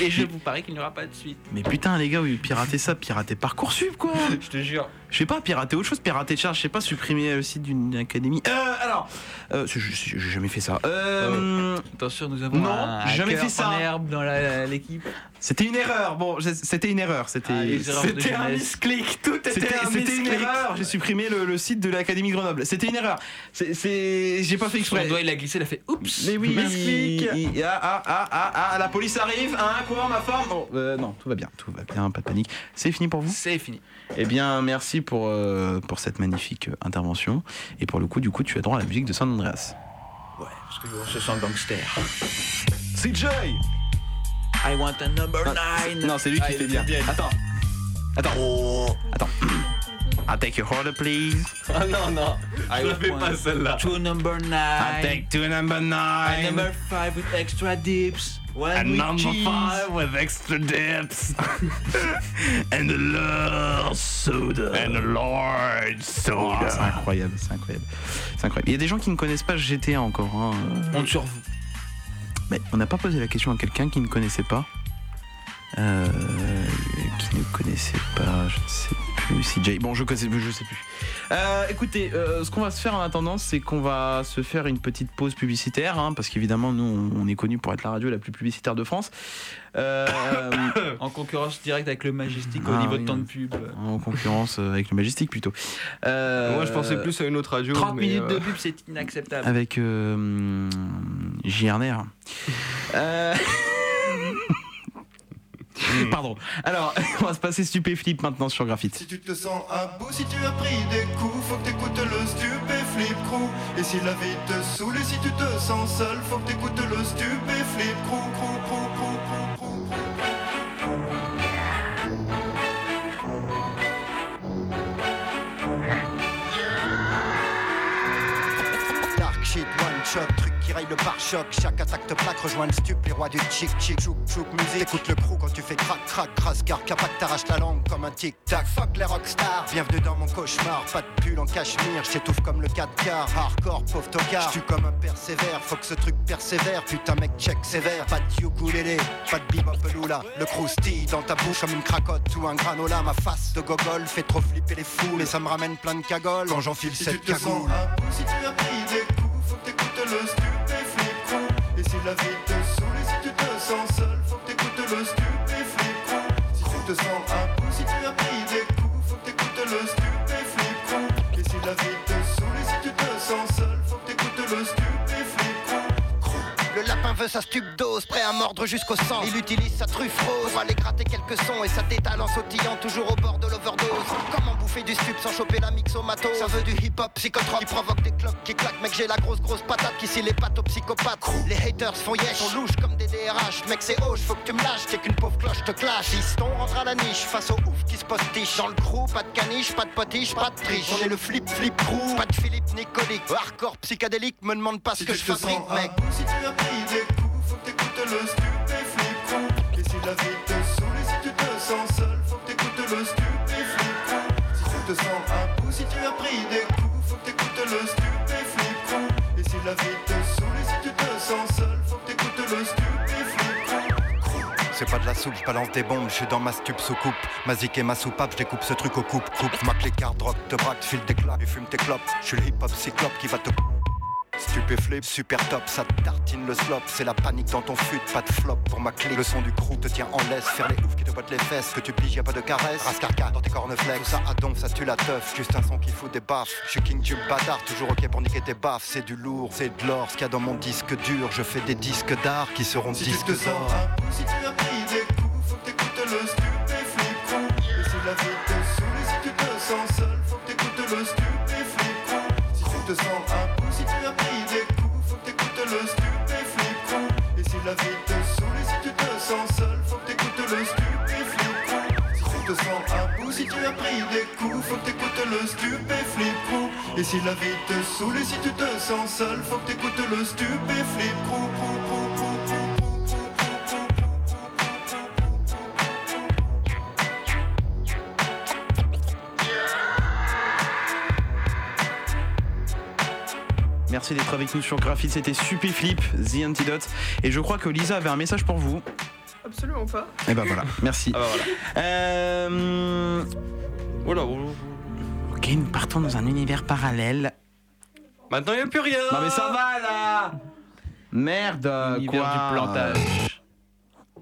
Et je vous parie qu'il n'y aura pas de suite.
Mais putain, les gars, oui, piratez ça, piratez Parcoursup, quoi.
Je te jure.
Je sais pas, pirater autre chose, pirater charge, je sais pas, supprimer le site d'une académie. Euh, alors, euh, c'est juste- j'ai jamais fait ça. Euh,
Attention, nous avons
Non,
un
j'ai jamais
hacker
fait ça.
en herbe dans la- l'équipe.
C'était une erreur. Bon, j'ai- c'était une erreur. C'était
Ah, les erreurs de
c'était un
jeunesse.
misclick. Tout était
C'était-
un
c'était
misclick.
une erreur.
J'ai supprimé le, le site de l'académie de Grenoble. C'était une erreur. C'est- C'est j'ai pas fait exprès.
*laughs* Son doigt, il a glissé, il a fait oups.
Mais oui,
misclick.
il- il- ah, ah, ah, ah, ah, la police arrive, hein, courant ma forme. Bon, euh, non, tout va bien, tout va bien, pas de panique. C'est fini pour vous
C'est fini.
Eh bien, merci pour, euh, pour cette magnifique euh, intervention. Et pour le coup, du coup, tu as droit à la musique de San Andreas.
Ouais, parce que on se sent gangster.
CJ
I want a number 9.
Non, c'est lui qui fait bien. Attends. Attends. Attends. I take your order, please.
Ah non, non.
Je la fais pas, celle-là.
To number 9.
I take two number
A
nine.
number 5 with extra dips. One
And
with
number
cheese.
five with extra dips. and a large soda. And a large soda. c'est incroyable, c'est incroyable. C'est incroyable. Il y a des gens qui ne connaissent pas GTA encore. hein.
On sur vous.
Mais on n'a pas posé la question à quelqu'un qui ne connaissait pas. Euh, qui ne connaissait pas, je ne sais plus. CJ. Bon, je connaissais, je sais plus. Euh, écoutez, euh, ce qu'on va se faire en attendant, c'est qu'on va se faire une petite pause publicitaire, hein, parce qu'évidemment, nous, on, on est connu pour être la radio la plus publicitaire de France. Euh,
*laughs*
En concurrence directe avec le Majestic au
Ah,
niveau
oui.
de temps de pub.
en concurrence euh, avec le Majestic plutôt. Euh,
Moi, je pensais plus à une autre radio.
30
mais,
minutes
euh,
de pub, c'est inacceptable.
avec euh, hum, JRNR. Euh, *laughs* Pardon. Alors, *laughs* on va se passer stupéflip maintenant sur graphite.
Si tu te sens à bout, si tu as pris des coups, faut que t'écoutes le stupéflip crew. Et si la vie te saoule, et si tu te sens seul, faut que t'écoutes le stupéflip crew, crew, crew, crew, crew, crew.
Dark shit, one shot, truc qui raye le pare-choc. Chaque attaque te plaque, rejoins le stup, les rois du chic chic, chouk chouk musique. Écoute le crew quand tu fais crac crac, crasse car capac t'arrache la langue comme un tic tac. Fuck les rockstars, bienvenue dans mon cauchemar. Pas de pull en cachemire, j'étouffe comme le 4 quarts. Hardcore, pauvre tocard, j'tue comme un persévère. Faut que ce truc persévère, putain mec, check sévère. Pas de ukulélé, pas de bebop loula. Le croustille dans ta bouche comme une cracotte ou un granola. Ma face de gogol fait trop flipper les foules et ça me ramène plein de cagoles quand j'enfile
Si tu
cette
te sens
cagoule.
à bout, si tu as pris des coups, faut que t'écoutes le stupéflip crew. Et si la vie te saoule, et si tu te sens seul, faut que t'écoutes le stupéflip crew. Si tu te sens à bout, si tu as pris des coups, faut que t'écoutes le stupéflip crew. Et si la vie te saoule, et si tu te sens seul, faut que t'écoutes le stupéflip crew.
Le lapin veut sa dose, prêt à mordre jusqu'au sang. Il utilise sa truffe rose pour aller gratter quelques sons et ça détale en sautillant toujours au bord de l'overdose. Comment bouffer du stup sans choper la mixomato Ça veut du hip-hop psychotrope qui provoque des cloques qui claquent. Mec, j'ai la grosse grosse patate qui scie les pattes aux psychopathes. Les haters font yesh, sont louches comme des DRH. Mec, c'est hoche, faut que tu me lâches, t'es qu'une pauvre cloche te clash. Fiston rentre à la niche face aux ouf qui se postiche. Dans le crew, pas de caniche, pas de potiche, pas de triche. On est le flip flip crew, pas de Philippe Nicolique. Hardcore psychédélique, me demande pas ce
Si
que
tu
je
te sens
fabrique,
à
mec.
bout, Si tu as pris des coups, faut que t'écoutes le stupéflip crew. Et si la vie te saoule et si tu te sens seul Faut que t'écoutes le stupéflico Si tu te sens un coup, si tu as pris des coups Faut que t'écoutes le stupéflico Et si la vie te saoule et si tu te sens seul Faut que t'écoutes le stupéflico
C'est pas de la soupe, je balance des bombes, je suis dans ma stupe sous coupe. Ma zik et ma soupape, je découpe ce truc au coupe, coupe. Mac les cartes, rock, te braque, file des claques et fume tes clopes. Je suis le hip hop cyclope qui va te. Stupéflip, super top, ça te tartine le slop. C'est la panique dans ton fut, pas de flop pour ma clé. Le son du crew te tient en laisse, faire les oufs qui te battent les fesses. Que tu piges, y a pas de caresse. Rascarca dans tes cornflakes, tout ça à donf, ça tue la teuf. Juste un son qui fout des baffes. Je suis King du bâtard, toujours ok pour niquer tes baffes. C'est du lourd, c'est de l'or, ce qu'il y a dans mon disque dur. Je fais des disques d'art qui seront
Si tu
disques
te sens
d'or.
un coup, si tu as pris des coups, faut que t'écoutes le stupéflico. Et si la vie te saoule et si tu te sens seul, faut que t'écoutes le stupéflico. Si tu te sens un coup, si tu as pris des coups, faut que t'écoutes le stupéflico. Et si la vie te saoule et si tu te sens seul, faut que t'écoutes le stupéflico. Si tu te sens un coup, si tu as pris des coups, faut que t'écoutes le stupéflico. Et si la vie te saoule et si tu te sens seul, faut que t'écoutes le stupéflico. Prou, prou, prou, prou.
Merci d'être avec nous sur Graphite, c'était Supiflip, The Antidote. Et je crois que Lisa avait un message pour vous.
Absolument pas.
Et ben voilà,
ah,
merci. Euh...
Voilà.
Ok, nous partons dans un univers parallèle.
Maintenant, il n'y a plus rien.
Non mais ça va là Merde Ah, quoi
du plantage.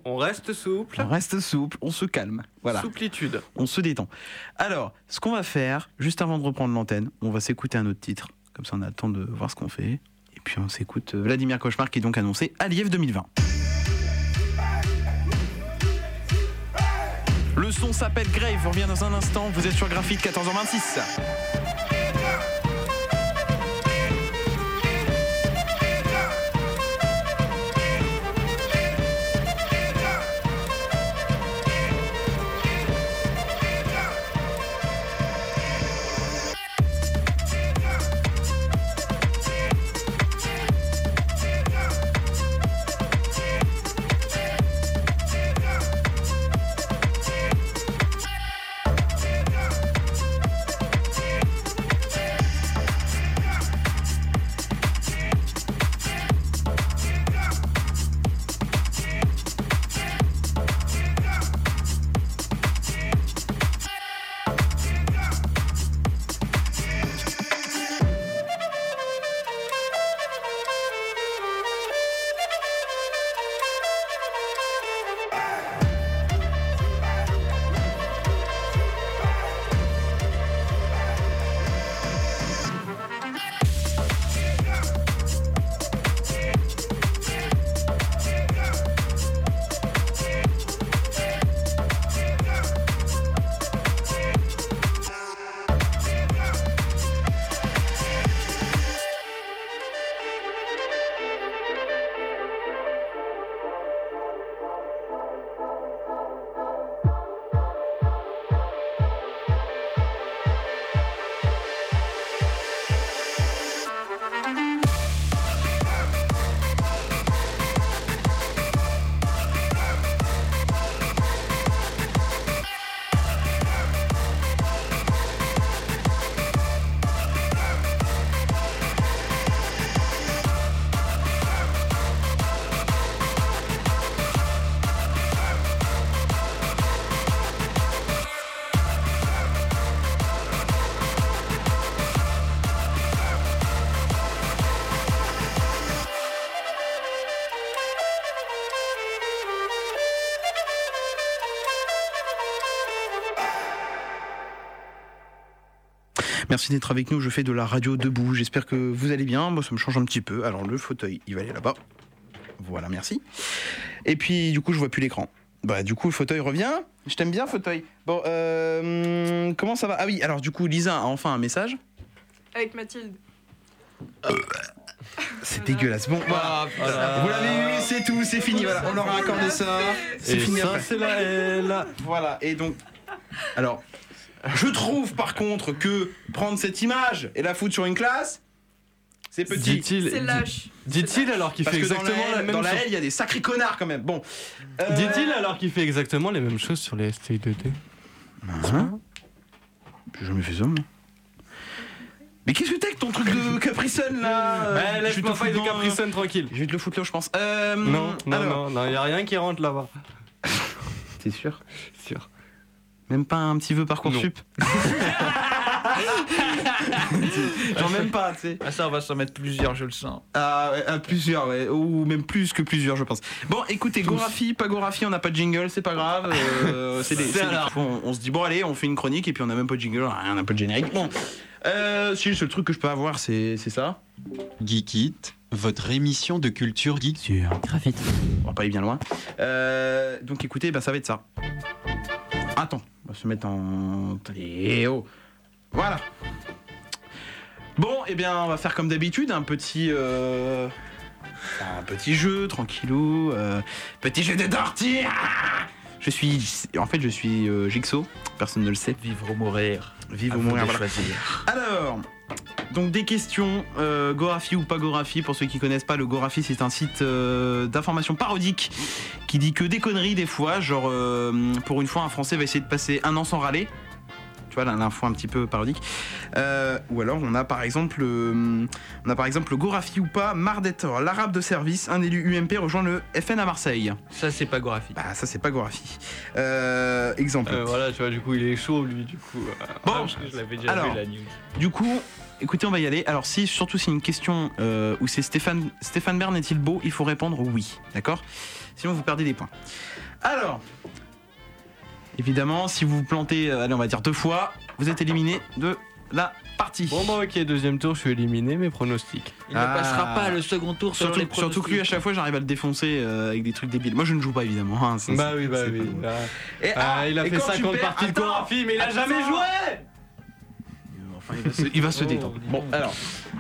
On reste souple.
On reste souple, on se calme. Voilà.
Souplitude.
On se détend. Alors, ce qu'on va faire, juste avant de reprendre l'antenne, on va s'écouter un autre titre. Comme ça, on a le temps de voir ce qu'on fait. Et puis, on s'écoute euh, Vladimir Cauchemar qui est donc annoncé à Liège 2020. Le son s'appelle Grave, on revient dans un instant. Vous êtes sur Graphite 14h26. Merci d'être avec nous. Je fais de la radio debout. J'espère que vous allez bien. Moi, ça me change un petit peu. Alors, le fauteuil, il va aller là-bas. Voilà, merci. Et puis, du coup, je vois plus l'écran. Bah, du coup, le fauteuil revient. Je t'aime bien, fauteuil. Bon, euh, comment ça va Ah oui, alors, du coup, Lisa a enfin un message.
Avec Mathilde.
C'est dégueulasse. Bon, voilà. Vous l'avez eu, c'est tout, c'est fini. Voilà, on leur a accordé ça. C'est
Et
fini
ça,
après.
c'est la
Voilà, et donc. Alors, je trouve par contre que prendre cette image et la foutre sur une classe, C'est petit.
Dit-il- C'est lâche. dit- dit-il alors qu'il
Parce
fait
que dans
exactement
L-
la même
Dans la
chose.
L, il y a des sacrés connards quand même. Bon. Euh,
Dit-il alors qu'il fait exactement les mêmes choses sur les STI2D
Hein J'ai jamais fait ça, moi. Mais qu'est-ce que t'as avec ton truc de Capri
Euh,
Sun là
Ouais, laisse
Je vais te
ma
le
faille de
foutre dans-
Capri Sun, tranquille.
Je vais te le foutre là, je pense. Euh,
Non, non,
alors.
non, non, il a rien qui rentre là-bas.
T'es sûr
Sûr.
Même pas un petit vœu Parcoursup *laughs* Genre même pas, tu sais.
Ah ça, on va s'en mettre plusieurs, je le sens.
Ah, ouais, à plusieurs, ouais. ou même plus que plusieurs, je pense. Bon, écoutez, Gorafi, pas Gorafi, on n'a pas de jingle, c'est pas grave.
*laughs*
euh, c'est des,
C'est
c'est des-
alors.
on, on se dit, bon, allez, on fait une chronique et puis on n'a même pas de jingle, on n'a pas de générique. Bon, euh, si le seul truc que je peux avoir, c'est c'est ça.
Geek It, votre émission de culture geek.
On va pas aller bien loin. Euh, donc écoutez, bah, ça va être ça. Attends, on va se mettre en. Allez, oh. Voilà. Bon, eh bien, on va faire comme d'habitude un petit. euh, Un petit jeu, tranquillou. euh, Petit jeu de Dorty ah Je suis. En fait, je suis euh, Jigsaw. Personne ne le sait. Vivre ou mourir. Vivre ou mourir, voilà. Alors, donc des questions, euh, Gorafi ou pas Gorafi, pour ceux qui connaissent pas, le Gorafi c'est un site euh, d'information parodique qui dit que des conneries des fois, genre euh, pour une fois un Français va essayer de passer un an sans râler. Tu vois, là, l'info un petit peu parodique. Euh, ou alors, on a par exemple, euh, on a par exemple le Gorafi ou pas, Mardettor, l'arabe de service, un élu UMP rejoint le FN à Marseille.
Ça, c'est pas Gorafi.
Bah, ça, c'est pas Gorafi. Euh, exemple.
Euh, voilà, tu vois, du coup, il est chaud, lui, du coup. euh,
Bon.
parce que je l'avais déjà
Alors.
vu, la news.
Du coup, écoutez, on va y aller. Alors, si surtout c'est une question euh, où c'est Stéphane, Stéphane Bern est-il beau, il faut répondre oui, d'accord Sinon, vous perdez des points. Alors, évidemment, si vous vous plantez, euh, allez, on va dire deux fois, vous êtes éliminé de la partie.
Bon, bah, ok, deuxième tour, je suis éliminé, mes pronostics.
Il ne passera pas le second tour selon
Surtout,
les pronostics.
surtout que lui, à chaque fois, j'arrive à le défoncer euh, avec des trucs débiles. Moi, je ne joue pas, évidemment. hein, ça,
Bah
c'est-
oui, bah
c'est
oui.
pas drôle.
bah.
Et,
Ah,
ah,
il
et
a fait
quand tu
50
perds-
parties de
Attends,
Gorafi, mais il a jamais
attends.
joué
Enfin, il va se, il va se détendre. Bon, alors,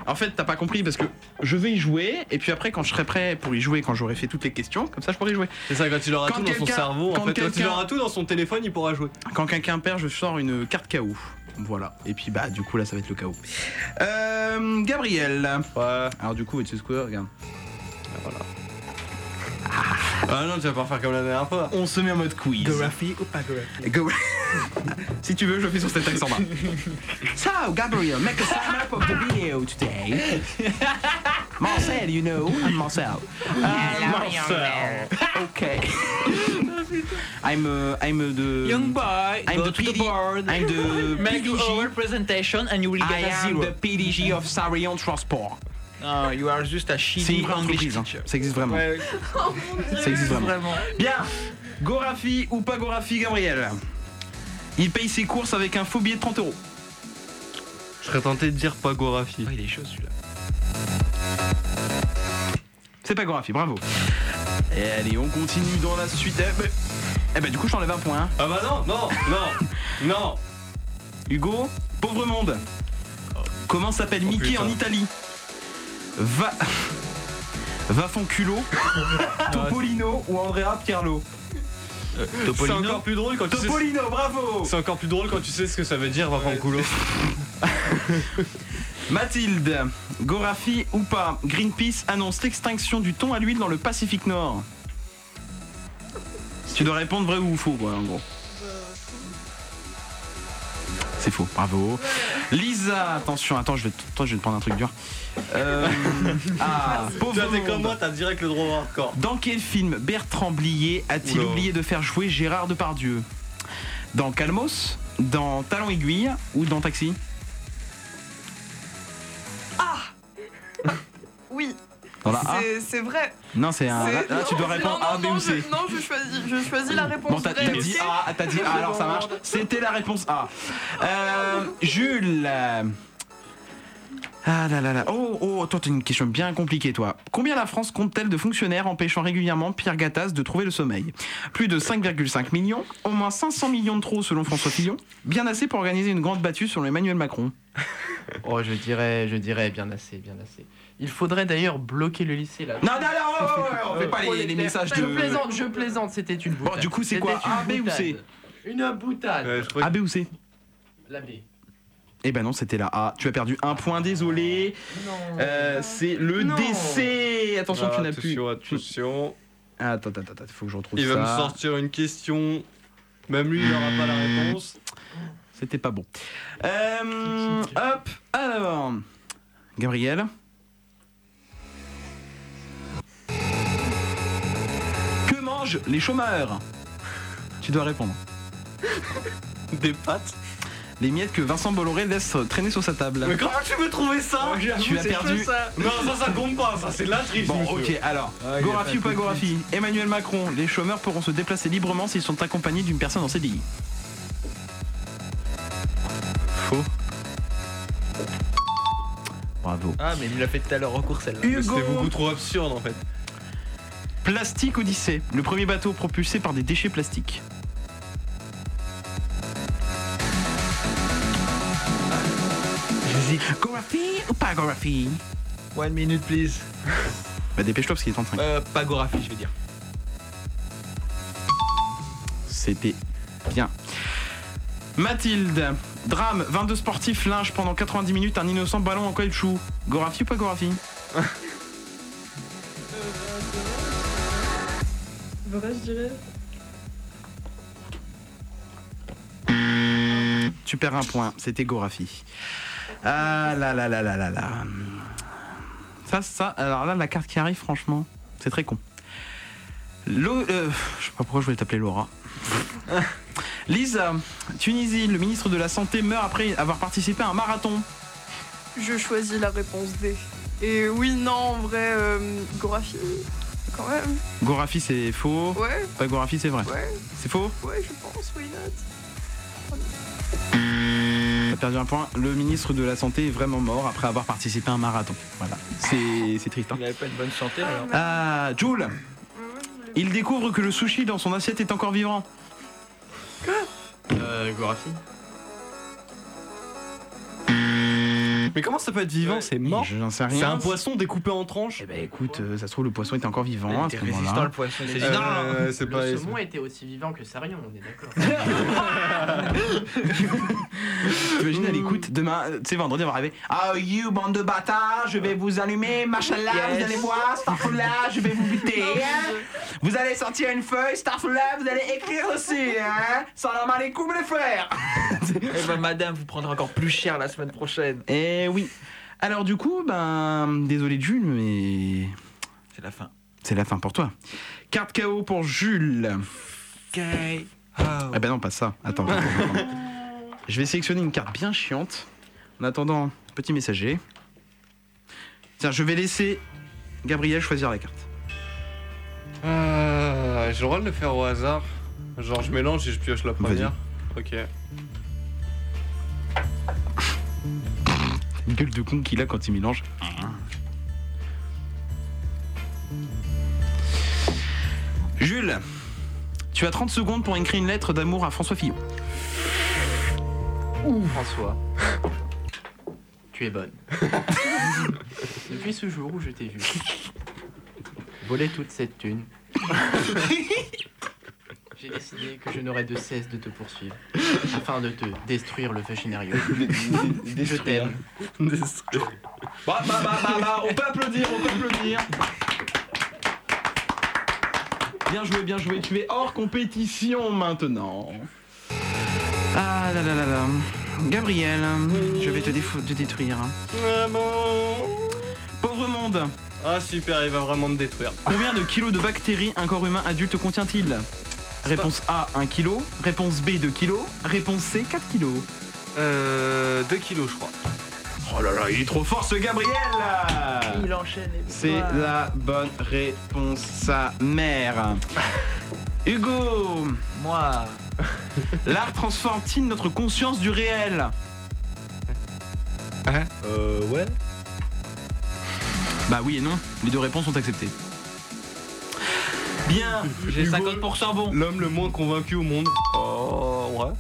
en fait, t'as pas compris parce que je vais y jouer et puis après, quand je serai prêt pour y jouer, quand j'aurai fait toutes les questions, comme ça, je pourrai y jouer.
C'est ça, quand il aura
Quand
tout dans son
quelqu'un-
cerveau,
quand
en fait, quand il
quelqu'un-
aura tout dans son téléphone, il pourra jouer.
Quand quelqu'un perd, je sors une carte KO. Voilà. Et puis, bah, du coup, là, ça va être le KO. Euh, Gabriel.
Ouais.
Alors, du coup, tu sais quoi Regarde.
Ah non, tu vas pas faire comme la dernière fois.
On se met en mode quiz.
Gorafi ou pas Gorafi
Go- *laughs* si tu veux, je le fais sur cet accent-là. so, Gabriel, make a sum up of the video today. Marcel, you know, I'm *laughs* Marcel.
Marcel.
*laughs* Okay. I'm uh, I'm uh, the
Young boy,
I'm
go
the
to the
PD
board.
I'm the *laughs*
Make
PDG.
your presentation and you will
I
get a
am
zero.
the PDG of Sarion Transport.
Oh, you are just a
C'est une
shitty
vraie
English
entreprise, hein.
teacher.
ça existe vraiment. *laughs* Ça existe vraiment. Bien, Gorafi ou pas Gorafi, Gabriel Il paye ses courses avec un faux billet de 30 euros.
Je serais tenté de dire pas Gorafi.
il est chaud celui-là.
C'est pas Gorafi, bravo. Et allez, on continue dans la suite. Eh ben, eh ben, du coup, je t'enlève un point. hein.
Ah bah non, non, non, non.
Hugo, pauvre monde. Comment s'appelle
Oh,
Mickey
putain.
en Italie Va. *laughs* Va
*laughs*
Fonculo, Topolino ou Andrea Pirlo
C'est
Topolino
encore plus drôle quand tu sais.
Topolino, bravo
C'est encore plus drôle quand tu sais ce que ça veut dire, va prendre coulo.
*laughs* Mathilde, Gorafi ou pas, Greenpeace annonce l'extinction du thon à l'huile dans le Pacifique Nord. Tu dois répondre vrai ou faux, quoi, en gros. C'est faux, bravo. Lisa, attention, attends, je vais, te- toi, je vais te prendre un truc dur.
*laughs*
Euh, ah, pauvre
Toi, t'es comme
monde.
moi, t'as direct le droit au hardcore.
Dans quel film Bertrand Blier a-t-il
Oula.
oublié de faire jouer Gérard Depardieu Dans Calmos Dans Talon Aiguille Ou dans Taxi
Oui,
Dans la A
c'est- c'est vrai.
ah, Non, c'est un.
C'est-
Bah, Ah, Là, là, tu dois
non,
répondre
non,
A, B
non,
ou
je-
C.
Non, je choisis, je choisis la réponse
Bon, t'as
vraie,
t'as dit
ok
A, t'as dit A, alors ça marche. C'était la réponse A. Euh, Jules. euh, Ah là là là. Oh, oh, toi, t'as une question bien compliquée, toi. Combien la France compte-t-elle de fonctionnaires empêchant régulièrement Pierre Gattaz de trouver le sommeil Plus de 5,5 millions, au moins 500 millions de trop selon François Fillon, bien assez pour organiser une grande battue selon Emmanuel Macron.
*laughs* Oh, je dirais, je dirais bien assez, bien assez. Il faudrait d'ailleurs bloquer le lycée là.
Non, non, non, oh, oh, oh, on fait pas
Oh,
les, les
clair.
messages
Je
de.
plaisante, je plaisante, c'était une boutade.
du coup, c'est quoi,
C'était une
A, B ou C Ah,
boutade. Une boutade.
Ouais, je crois
A, B ou C
La B.
Eh ben non, c'était la A. Tu as perdu un point, désolé. Euh, c'est le
Non.
décès. Attention,
Ah,
tu n'as plus.
Attention, attention.
Attends, attends, attends, faut que je retrouve
Il
ça.
va me sortir une question. Même lui, il n'aura pas la
Hmm.
réponse.
C'était pas bon. Euh, hop, alors. Gabriel. Que mangent les chômeurs Tu dois répondre. Des pâtes Les miettes que Vincent Bolloré laisse traîner sur sa table.
Mais comment tu veux trouver ça
Tu as perdu.
Non, ça, ça compte pas, ça, c'est de la triche.
Bon,
monsieur.
ok, alors, Gorafi ou pas Gorafi Emmanuel Macron, les chômeurs pourront se déplacer librement s'ils sont accompagnés d'une personne en CDI. Faux. Bravo.
Ah, mais il me l'a fait tout à l'heure en cours celle-là.
Hugo. C'était beaucoup
trop absurde en fait.
Plastique Odyssée, le premier bateau propulsé par des déchets plastiques. Gorafi ou pas Gorafi
One minute, please.
Bah dépêche-toi parce qu'il est 35.
Euh, pas Gorafi, je veux dire.
C'était bien. Mathilde, drame, 22 sportifs lynchent pendant 90 minutes un innocent ballon en caoutchouc. Gorafi ou pas Gorafi
*laughs* Vrai, je dirais.
Tu perds un point, c'était Gorafi. Ah là là là là là là. Ça, ça, alors là, la carte qui arrive, franchement, c'est très con. Lo- euh, je sais pas pourquoi je voulais t'appeler Laura. Lisa, Tunisie, le ministre de la Santé meurt après avoir participé à un marathon.
Je choisis la réponse D. Et oui, non, en vrai, euh, Gorafi, quand même.
Gorafi, c'est faux.
Ouais.
Pas Gorafi, c'est vrai.
Ouais.
C'est faux
Ouais, je pense, oui, not.
Mm.
T'as perdu un point. Le ministre de la Santé est vraiment mort après avoir participé à un marathon. Voilà. C'est c'est triste. hein.
Il avait pas de bonne santé alors.
Ah, Jules
Mm.
Il découvre que le sushi dans son assiette est encore vivant.
Euh, Gorafi
Mais comment ça peut être vivant C'est mort
Je n'en sais rien.
C'est un poisson découpé en tranches Eh
ben écoute, euh, ça se trouve le poisson était encore vivant. à ce moment-là.
Euh,
Non, Euh, c'est pas.
Le saumon était aussi vivant que Sarion, on est d'accord.
T'imagines à l'écoute, demain, euh, tu sais, vendredi, on va arriver. Ah, you, bande de bâtards, je vais vous allumer, machallah, vous
Yes.
allez voir, Starfula, je vais vous buter. hein. vous allez sortir une feuille, Starfula, vous allez écrire aussi, hein. Salam alaikum, les frères.
Eh ben, madame, vous prendrez encore plus cher la semaine prochaine.
Eh oui. Alors, du coup, ben, désolé, Jules, mais.
C'est la fin.
C'est la fin pour toi. Carte KO pour Jules. Ah bah non, pas ça. Attends. attends, attends. Je vais sélectionner une carte bien chiante. En attendant, petit messager. Tiens, je vais laisser Gabriel choisir la carte.
Ah, J'ai le droit de le faire au hasard. Genre, je mélange et je pioche la première. Ok.
Gueule de con qu'il a quand il mélange. Jules, tu as 30 secondes pour écrire une lettre d'amour à François Fillon.
François, tu es bonne. Depuis ce jour où je t'ai vu voler toute cette thune, j'ai décidé que je n'aurais de cesse de te poursuivre afin de te détruire le vaginarium. je t'aime.
Bah, bah, bah, bah, bah,
Ah, on peut applaudir, on peut applaudir. Bien joué, bien joué. Tu es hors compétition maintenant. Ah là là là là. Gabriel, je vais te, défou- te détruire. Pauvre monde.
Ah, super, il va vraiment me détruire.
Combien de kilos de bactéries un corps humain adulte contient-il Réponse A, 1 kg. Réponse B, 2 kg. Réponse C, 4 kg.
Euh. 2 kilos, je crois.
Oh là là, il est trop fort ce Gabriel
Il enchaîne. les
C'est
victoires.
la bonne réponse, sa
*laughs*
mère. Hugo
Moi
L'art transforme-t-il notre conscience du réel
Euh, ouais.
Bah oui et non, les deux réponses sont
*laughs*
acceptées. Bien
J'ai 50% bon
L'homme le moins convaincu au monde. Oh, ouais.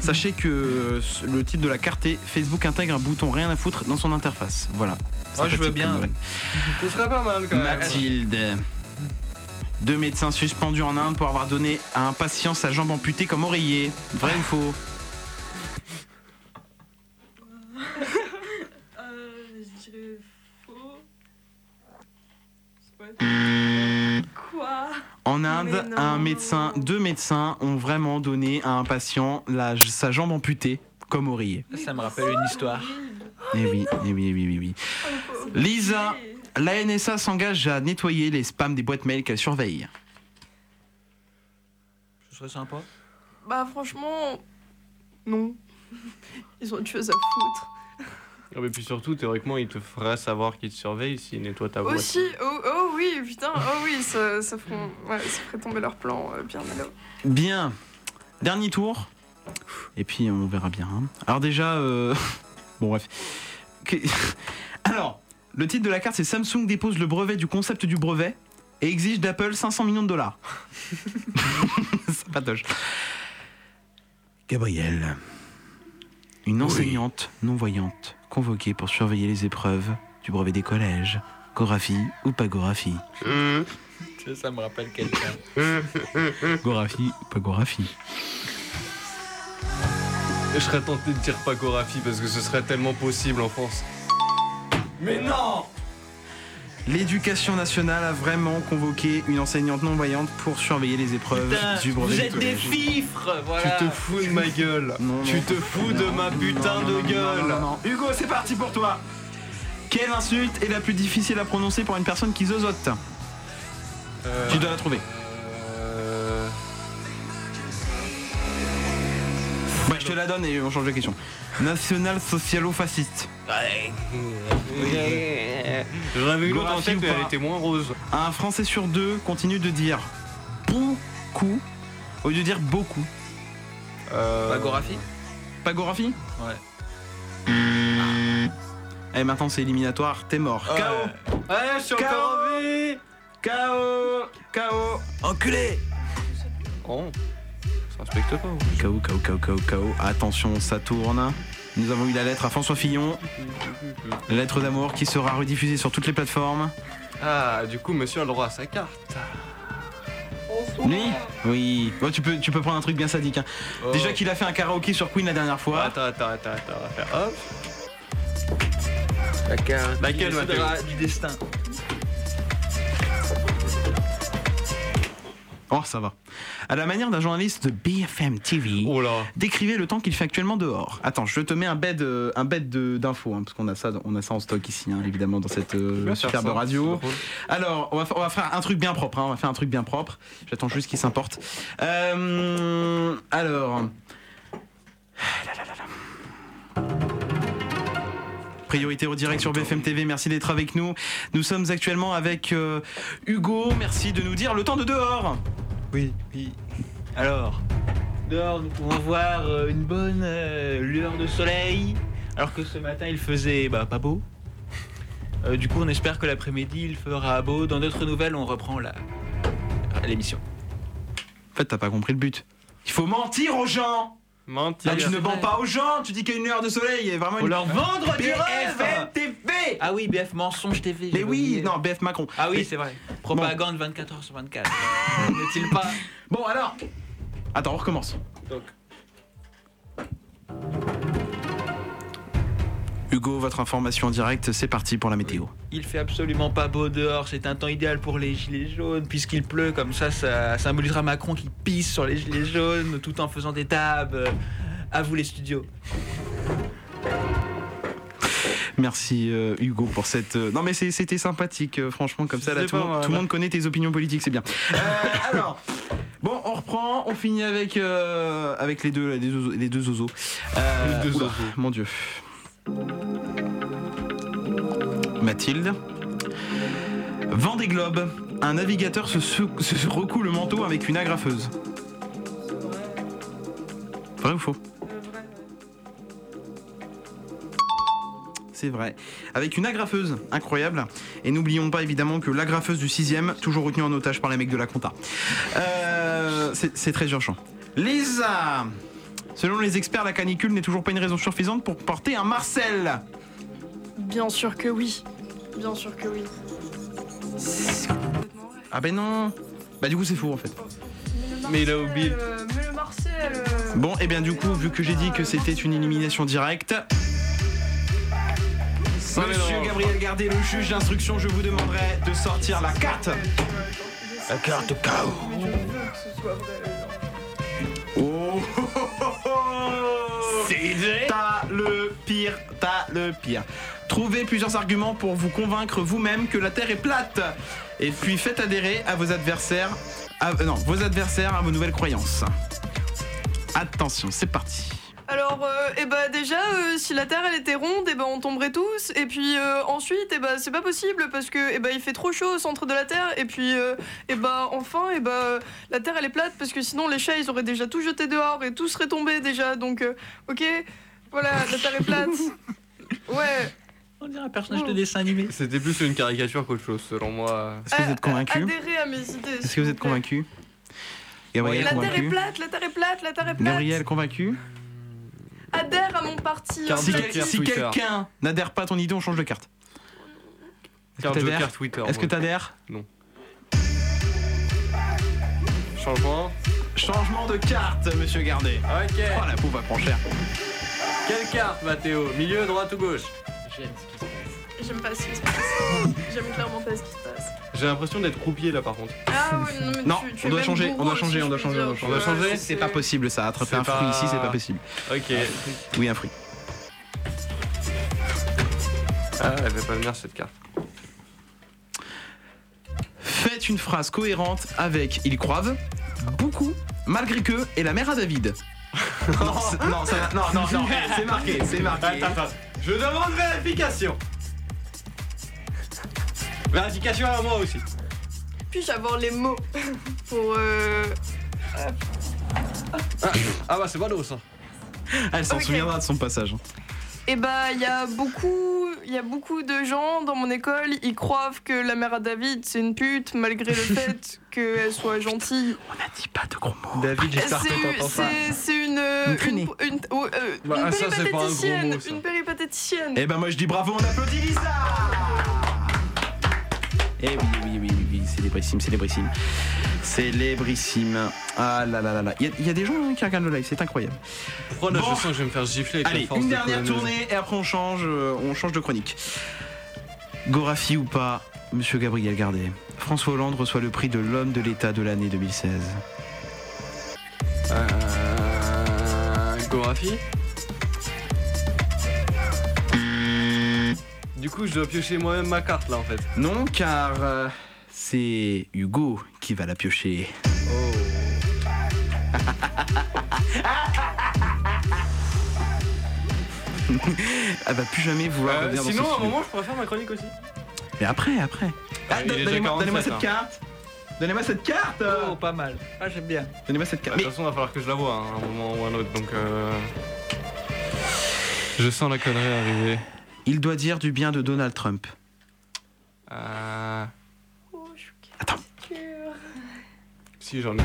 Sachez que le titre de la carte est Facebook intègre un bouton rien à foutre dans son interface. Voilà.
Moi, je veux
Sympathique
bien.
comme nouvelle.
Ce serait pas mal quand même.
Mathilde. Deux médecins suspendus en Inde pour avoir donné à un patient sa jambe amputée comme oreiller. Vrai ou faux
Euh, Quoi
En Inde, un médecin, deux médecins ont vraiment donné à un patient la- sa jambe amputée comme oreiller.
Ça me rappelle une histoire.
Eh oui, eh oui, eh oui, oui, oui. Lisa, la NSA s'engage à nettoyer les spams des boîtes mail qu'elle surveille.
Ce serait sympa.
Bah franchement, non. Ils ont autre chose à foutre.
Ah, mais puis surtout, théoriquement, il te ferait savoir qu'il te surveille s'il nettoie ta boîte.
Aussi, oh, oh oui, putain, oh oui, ça, ça, feront- ouais, ça ferait tomber leur plan euh, bien à l'eau.
Bien. Dernier tour. Et puis on verra bien. hein. Alors déjà, euh, *laughs* bon bref. Que- *laughs* Alors, le titre de la carte c'est Samsung dépose le brevet du concept du brevet et exige d'Apple 500 millions de dollars. *laughs* C'est pas doche. Gabriel, une enseignante non-voyante convoquée pour surveiller les épreuves du brevet des collèges, Gorafi ou pas Gorafi.
Ça, ça me rappelle quelqu'un.
Gorafi ou pas Gorafi.
Je serais tenté de dire Pacographie parce que ce serait tellement possible en France. Mais non
L'éducation nationale a vraiment convoqué une enseignante non-voyante pour surveiller les
Euh,
épreuves
Putain,
du brevet.
vous
du
êtes des
collège.
fifres,
Tu
voilà.
te fous de ma gueule Tu te fous de ma
non,
putain
non,
de gueule
non, non, non. Hugo, c'est parti pour toi Quelle insulte est la plus difficile à prononcer pour une personne qui zozote Euh,
Euh,
Bah, Tu dois la trouver. Ouais, je te la donne et on change de question. National socialo-fasciste.
J'avais eu l'autre en
Gorafi
tête,
ou
mais elle
pas
était moins rose.
Un Français sur deux continue de dire beaucoup au lieu de dire beaucoup.
Euh,
Pagographie
Pagographie
Ouais.
Et Eh, maintenant c'est éliminatoire, t'es mort.
Euh,
KO
Ouais, je suis encore en vie
KO KO Enculé
Oh, ça respecte pas. hein.
KO, KO, KO, KO, KO. Attention, ça tourne. Nous avons eu la lettre à François Fillon. La lettre d'amour qui sera rediffusée sur toutes les plateformes.
Ah, du coup, monsieur a le droit à sa carte.
Lui Oui. Ouais, tu, peux, tu peux prendre un truc bien sadique. hein.
Oh.
Déjà qu'il a fait un karaoké sur Queen la dernière fois.
Attends, attends, attends, attends, on va faire hop.
La carte.
Laquelle,
du
Mathéo
décidera du destin.
Oh, ça va. À la manière d'un journaliste de BFM TV,
Oh.
décrivez le temps qu'il fait actuellement dehors. Attends, je te mets un bed, euh, un bed de- d'infos, hein, parce qu'on a ça, on a ça en stock ici, hein, évidemment, dans cette euh,
bien faire
superbe
ça,
radio. Alors, on va, fa- on va faire un truc bien propre. hein, on va faire un truc bien propre. J'attends juste qu'il s'importe. Euh, alors. Ah, Là, là, là, là. Priorité au direct sur BFM TV, merci d'être avec nous. Nous sommes actuellement avec euh, Hugo, merci de nous dire le temps de dehors.
Oui, oui. Alors, dehors, nous pouvons voir euh, une bonne euh, lueur de soleil, alors que ce matin, il faisait bah, pas beau. Euh, du coup, on espère que l'après-midi, il fera beau. Dans d'autres nouvelles, on reprend la... euh, l'émission.
En fait, t'as pas compris le but. Il faut mentir aux gens
Mentir.
Là, Ah, tu ne mens pas aux gens, tu dis qu'il y a une heure de soleil et vraiment
Faut
une...
leur vendre du rêve
BFM TV
Ah oui, BF Mensonge TV.
hein. Mais oui, non, BF Macron.
Ah oui,
Mais-
c'est vrai. Propagande 24h sur 24. N'est-il pas
Bon, alors Attends, on recommence. Hugo, votre information en direct, c'est parti pour la météo.
Il fait absolument pas beau dehors, c'est un temps idéal pour les gilets jaunes, puisqu'il pleut, comme ça, ça symbolisera Macron qui pisse sur les gilets jaunes tout en faisant des tables. À vous les studios.
Merci euh, Hugo pour cette... euh, Non mais c'est- c'était sympathique, euh, franchement, comme ça, là,
C'est
tout, le
pas
monde-
mal.
tout le monde connaît tes opinions politiques, c'est bien. Euh, alors, bon, on reprend, on finit avec, euh, avec les deux, les deux, les deux zozos. Euh,
Les deux
oula,
zozos.
Mon Dieu. Mathilde. Vendée Globe. Un navigateur se, sou- se recoue le manteau avec une agrafeuse. Vrai ou faux C'est vrai. Avec une agrafeuse, incroyable. Et n'oublions pas évidemment que l'agrafeuse du 6ème, toujours retenue en otage par les mecs de la compta. Euh, c'est c'est très urgent. Lisa Selon les experts, la canicule n'est toujours pas une raison suffisante pour porter un Marcel.
Bien sûr que oui. Bien sûr que oui.
Ah ben non Bah du coup c'est faux en fait.
Mais il a oublié.
Euh, mais le Marcel. euh,
Bon, eh et bien du coup, vu que j'ai dit que c'était une élimination directe, Monsieur Gabriel Gardé, le juge d'instruction, je vous demanderai de sortir la carte. La carte KO. Oh, T'as le pire, t'as le pire. Trouvez plusieurs arguments pour vous convaincre vous-même que la Terre est plate. Et puis faites adhérer à vos adversaires, à- euh, non, vos adversaires à vos nouvelles croyances. Attention, c'est parti.
Alors, euh, eh ben déjà, euh, si la Terre elle était ronde, eh ben on tomberait tous. Et puis euh, ensuite, eh ben c'est pas possible parce que eh ben il fait trop chaud au centre de la Terre. Et puis, euh, eh ben enfin, eh ben euh, la Terre elle est plate parce que sinon les chats ils auraient déjà tout jeté dehors et tout serait tombé déjà. Donc, euh, ok, voilà, la Terre
*laughs*
est plate. Ouais.
On dirait un personnage de dessin animé.
C'était plus une caricature qu'autre chose, selon moi.
Est-ce que
Euh,
vous êtes convaincu
Adhérez à mes idées.
Est-ce que vous êtes convaincu Gabriel
La Terre est
convaincu
plate, la Terre est plate, la Terre est plate.
Gabriel convaincu
Adhère à mon parti.
Si,
en fait.
quel- si quelqu'un n'adhère pas à ton idée, on change de carte. Est-ce
Carte
que t'adhères
Joker Twitter,
Est-ce que
moi.
t'adhères
Non. Changement.
Changement de carte, monsieur Gardet.
Ok.
Oh, la pauvre va prendre cher.
Quelle carte, Mathéo Milieu, droite ou gauche
J'aime ce qui se passe.
J'aime pas ce qui se passe. J'aime clairement pas ce qui se passe.
J'ai l'impression d'être croupier là par contre.
*laughs*
Ah ouais, non, mais
Non,
tu- tu
on
es
doit
même
changer, on
bourreau,
doit
si
changer,
je
on doit
puis
changer,
dire, euh,
on doit
tu
changer.
vois,
C'est pas possible ça, attraper
C'est
un fruit
pas-
ici, c'est pas possible.
Ok.
Oui, un fruit.
Ah, elle va pas venir cette carte.
Faites une phrase cohérente avec ils croivent, beaucoup, malgré que et la mère à David. non, c'est- non, ça va- non,
*laughs*
non, non, eh, c'est marqué, c'est marqué.
Attends, attends. Je demande vérification. Vérification à moi aussi.
Puis-je avoir les mots *laughs* pour. Euh...
Ah, ah bah c'est badaud ça.
Elle s'en
Ok.
souviendra de son passage.
Et bah, il y a beaucoup, il y a beaucoup de gens dans mon école, ils croient que la mère à David c'est une pute malgré
*laughs*
le fait qu'elle soit gentille.
David, j'espère
C'est
que t'entends ça.
c'est- c'est une euh,
Une
une
traînée.
une, oh, euh,
Bah,
une
ça, c'est pas un gros mot,
péripatéticienne,
ça.
une péripatéticienne.
Eh ben moi je dis bravo, on applaudit Lisa Eh oui, oui, oui, oui, oui, célébrissime, célébrissime. Célébrissime. Ah là là là là. Il y a- il y, a des gens hein, qui regardent le live, c'est incroyable.
Pourquoi là
Bon.
je sens que je vais me faire gifler avec
Allez,
la force
une
de
dernière
Colonel.
tournée et après on change, euh, on change de chronique. Gorafi ou pas, monsieur Gabriel Gardet. François Hollande reçoit le prix de l'homme de l'État de l'année 2016.
Euh, Gorafi Du coup, je dois piocher moi-même ma carte là en fait.
Non, car euh, c'est Hugo qui va la piocher. Oh. *laughs* Elle va Ah bah, plus jamais vouloir
Euh,
revenir dans
sinon,
ce
à un
studio.
moment, je pourrais faire ma chronique aussi.
Mais après, après. Ah,
il est déjà
donnez-moi
47,
donnez-moi cette
hein.
carte. Donnez-moi cette carte.
Oh, pas mal. Ah, j'aime bien.
Donnez-moi cette
Bah,
carte.
De toute façon, il va falloir que je la vois hein, à un moment ou à un autre. Donc, euh, je sens la connerie arriver.
Il doit dire du bien de Donald Trump.
Euh,
Oh,
Attends.
Si, j'en ai. un,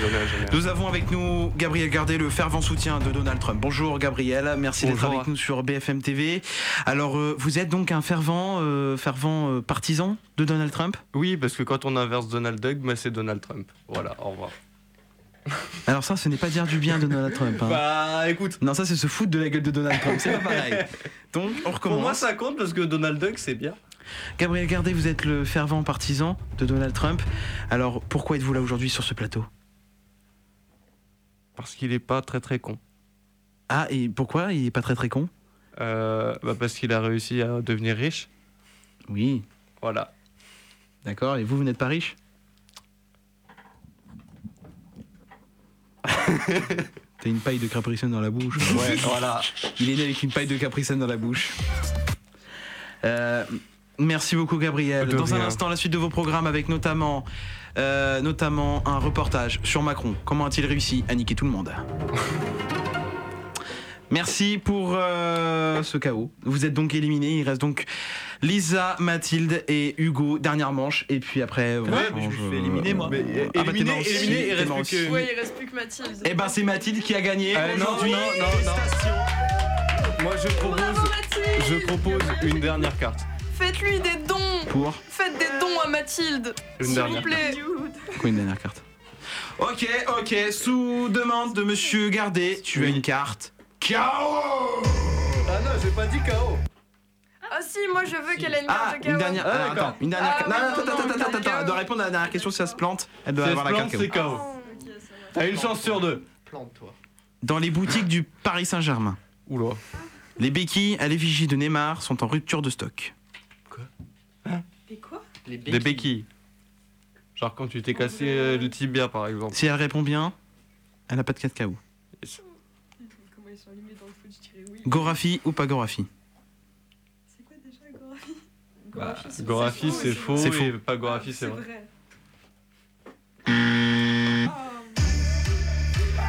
J'en ai, un, j'en ai. un.
Nous avons avec nous Gabriel Gardet, le fervent soutien de Donald Trump. Bonjour Gabriel, merci d'être
Bonjour.
avec nous sur BFM TV. Alors, euh, vous êtes donc un fervent, euh, fervent euh, partisan de Donald Trump
Oui, parce que quand on inverse Donald Duck, bah, c'est Donald Trump. Voilà, au revoir.
Alors ça, ce n'est pas dire du bien de Donald Trump. hein.
Bah, écoute.
Non, ça c'est se foutre de la gueule de Donald Trump, c'est pas *laughs* pareil. Donc, on recommence.
Pour
hein
moi, ça compte parce que Donald Duck, c'est bien.
Gabriel Gardet, vous êtes le fervent partisan de Donald Trump. Alors, pourquoi êtes-vous là aujourd'hui sur ce plateau
Parce qu'il est pas très très con.
Ah, et pourquoi Il est pas très très con
Euh, bah, parce qu'il a réussi à devenir riche.
Oui.
Voilà.
D'accord, et vous, vous n'êtes pas
*laughs*
riche T'as une paille de Capri Sun dans la bouche.
Ouais, voilà.
Il est né avec une paille de Capri Sun dans la bouche. Euh, merci beaucoup Gabriel.
De
dans un
rien.
instant, la suite de vos programmes avec notamment, euh, notamment un reportage sur Macron. Comment a-t-il réussi à niquer tout le monde Merci pour euh, ce chaos. Vous êtes donc éliminés. Il reste donc Lisa, Mathilde et Hugo. Dernière manche. Et puis après, on
Ouais, mais je
change,
me suis
euh,
fait éliminer, moi.
Mais, euh,
Ah bah, t'es
éliminé,
mort aussi,
éliminé, il
t'es
reste
mort
plus
aussi.
que-
Ouais, il reste plus que Mathilde.
Eh ben c'est Mathilde qui a gagné
Euh, non,
aujourd'hui.
non, non, non. Moi, je
Bravo
propose,
Mathilde.
je propose une dernière carte.
Faites-lui des dons.
Pour
Faites des dons à Mathilde.
Une
S'il vous
dernière
plaît.
Quoi, une dernière carte Ok, ok, sous demande de monsieur Gardet, tu as une carte. KO
Ah non, j'ai pas dit KO.
Ah, Ah si, moi je veux qu'elle ait une carte
Ah,
de
une
carotte.
dernière.
Ah,
alors,
d'accord.
attends, une dernière.
Ah,
non,
oui,
attends,
non,
attends,
non,
attends, attends,
d'accord.
Elle doit répondre à la dernière question si elle se plante. Elle doit
Si elle
avoir
se
la
plante,
carte.
c'est KO.
Oh,
T'as une chance sur deux.
Plante-toi.
Dans les boutiques du Paris Saint-Germain.
Oula.
Les béquilles à l'effigie de Neymar sont en rupture de stock.
Et quoi
Les
Des béquilles. Genre quand tu t'es cassé euh, le tibia par exemple.
Si elle répond bien, elle n'a pas de 4 KO.
Comment ils sont allumés dans le foot, je dirais oui.
Gorafi ou pas Gorafi
C'est quoi déjà Gorafi
Bah,
Gorafi, c'est-
Gorafi c'est faux,
C'est
et
faux.
pas Gorafi c'est vrai.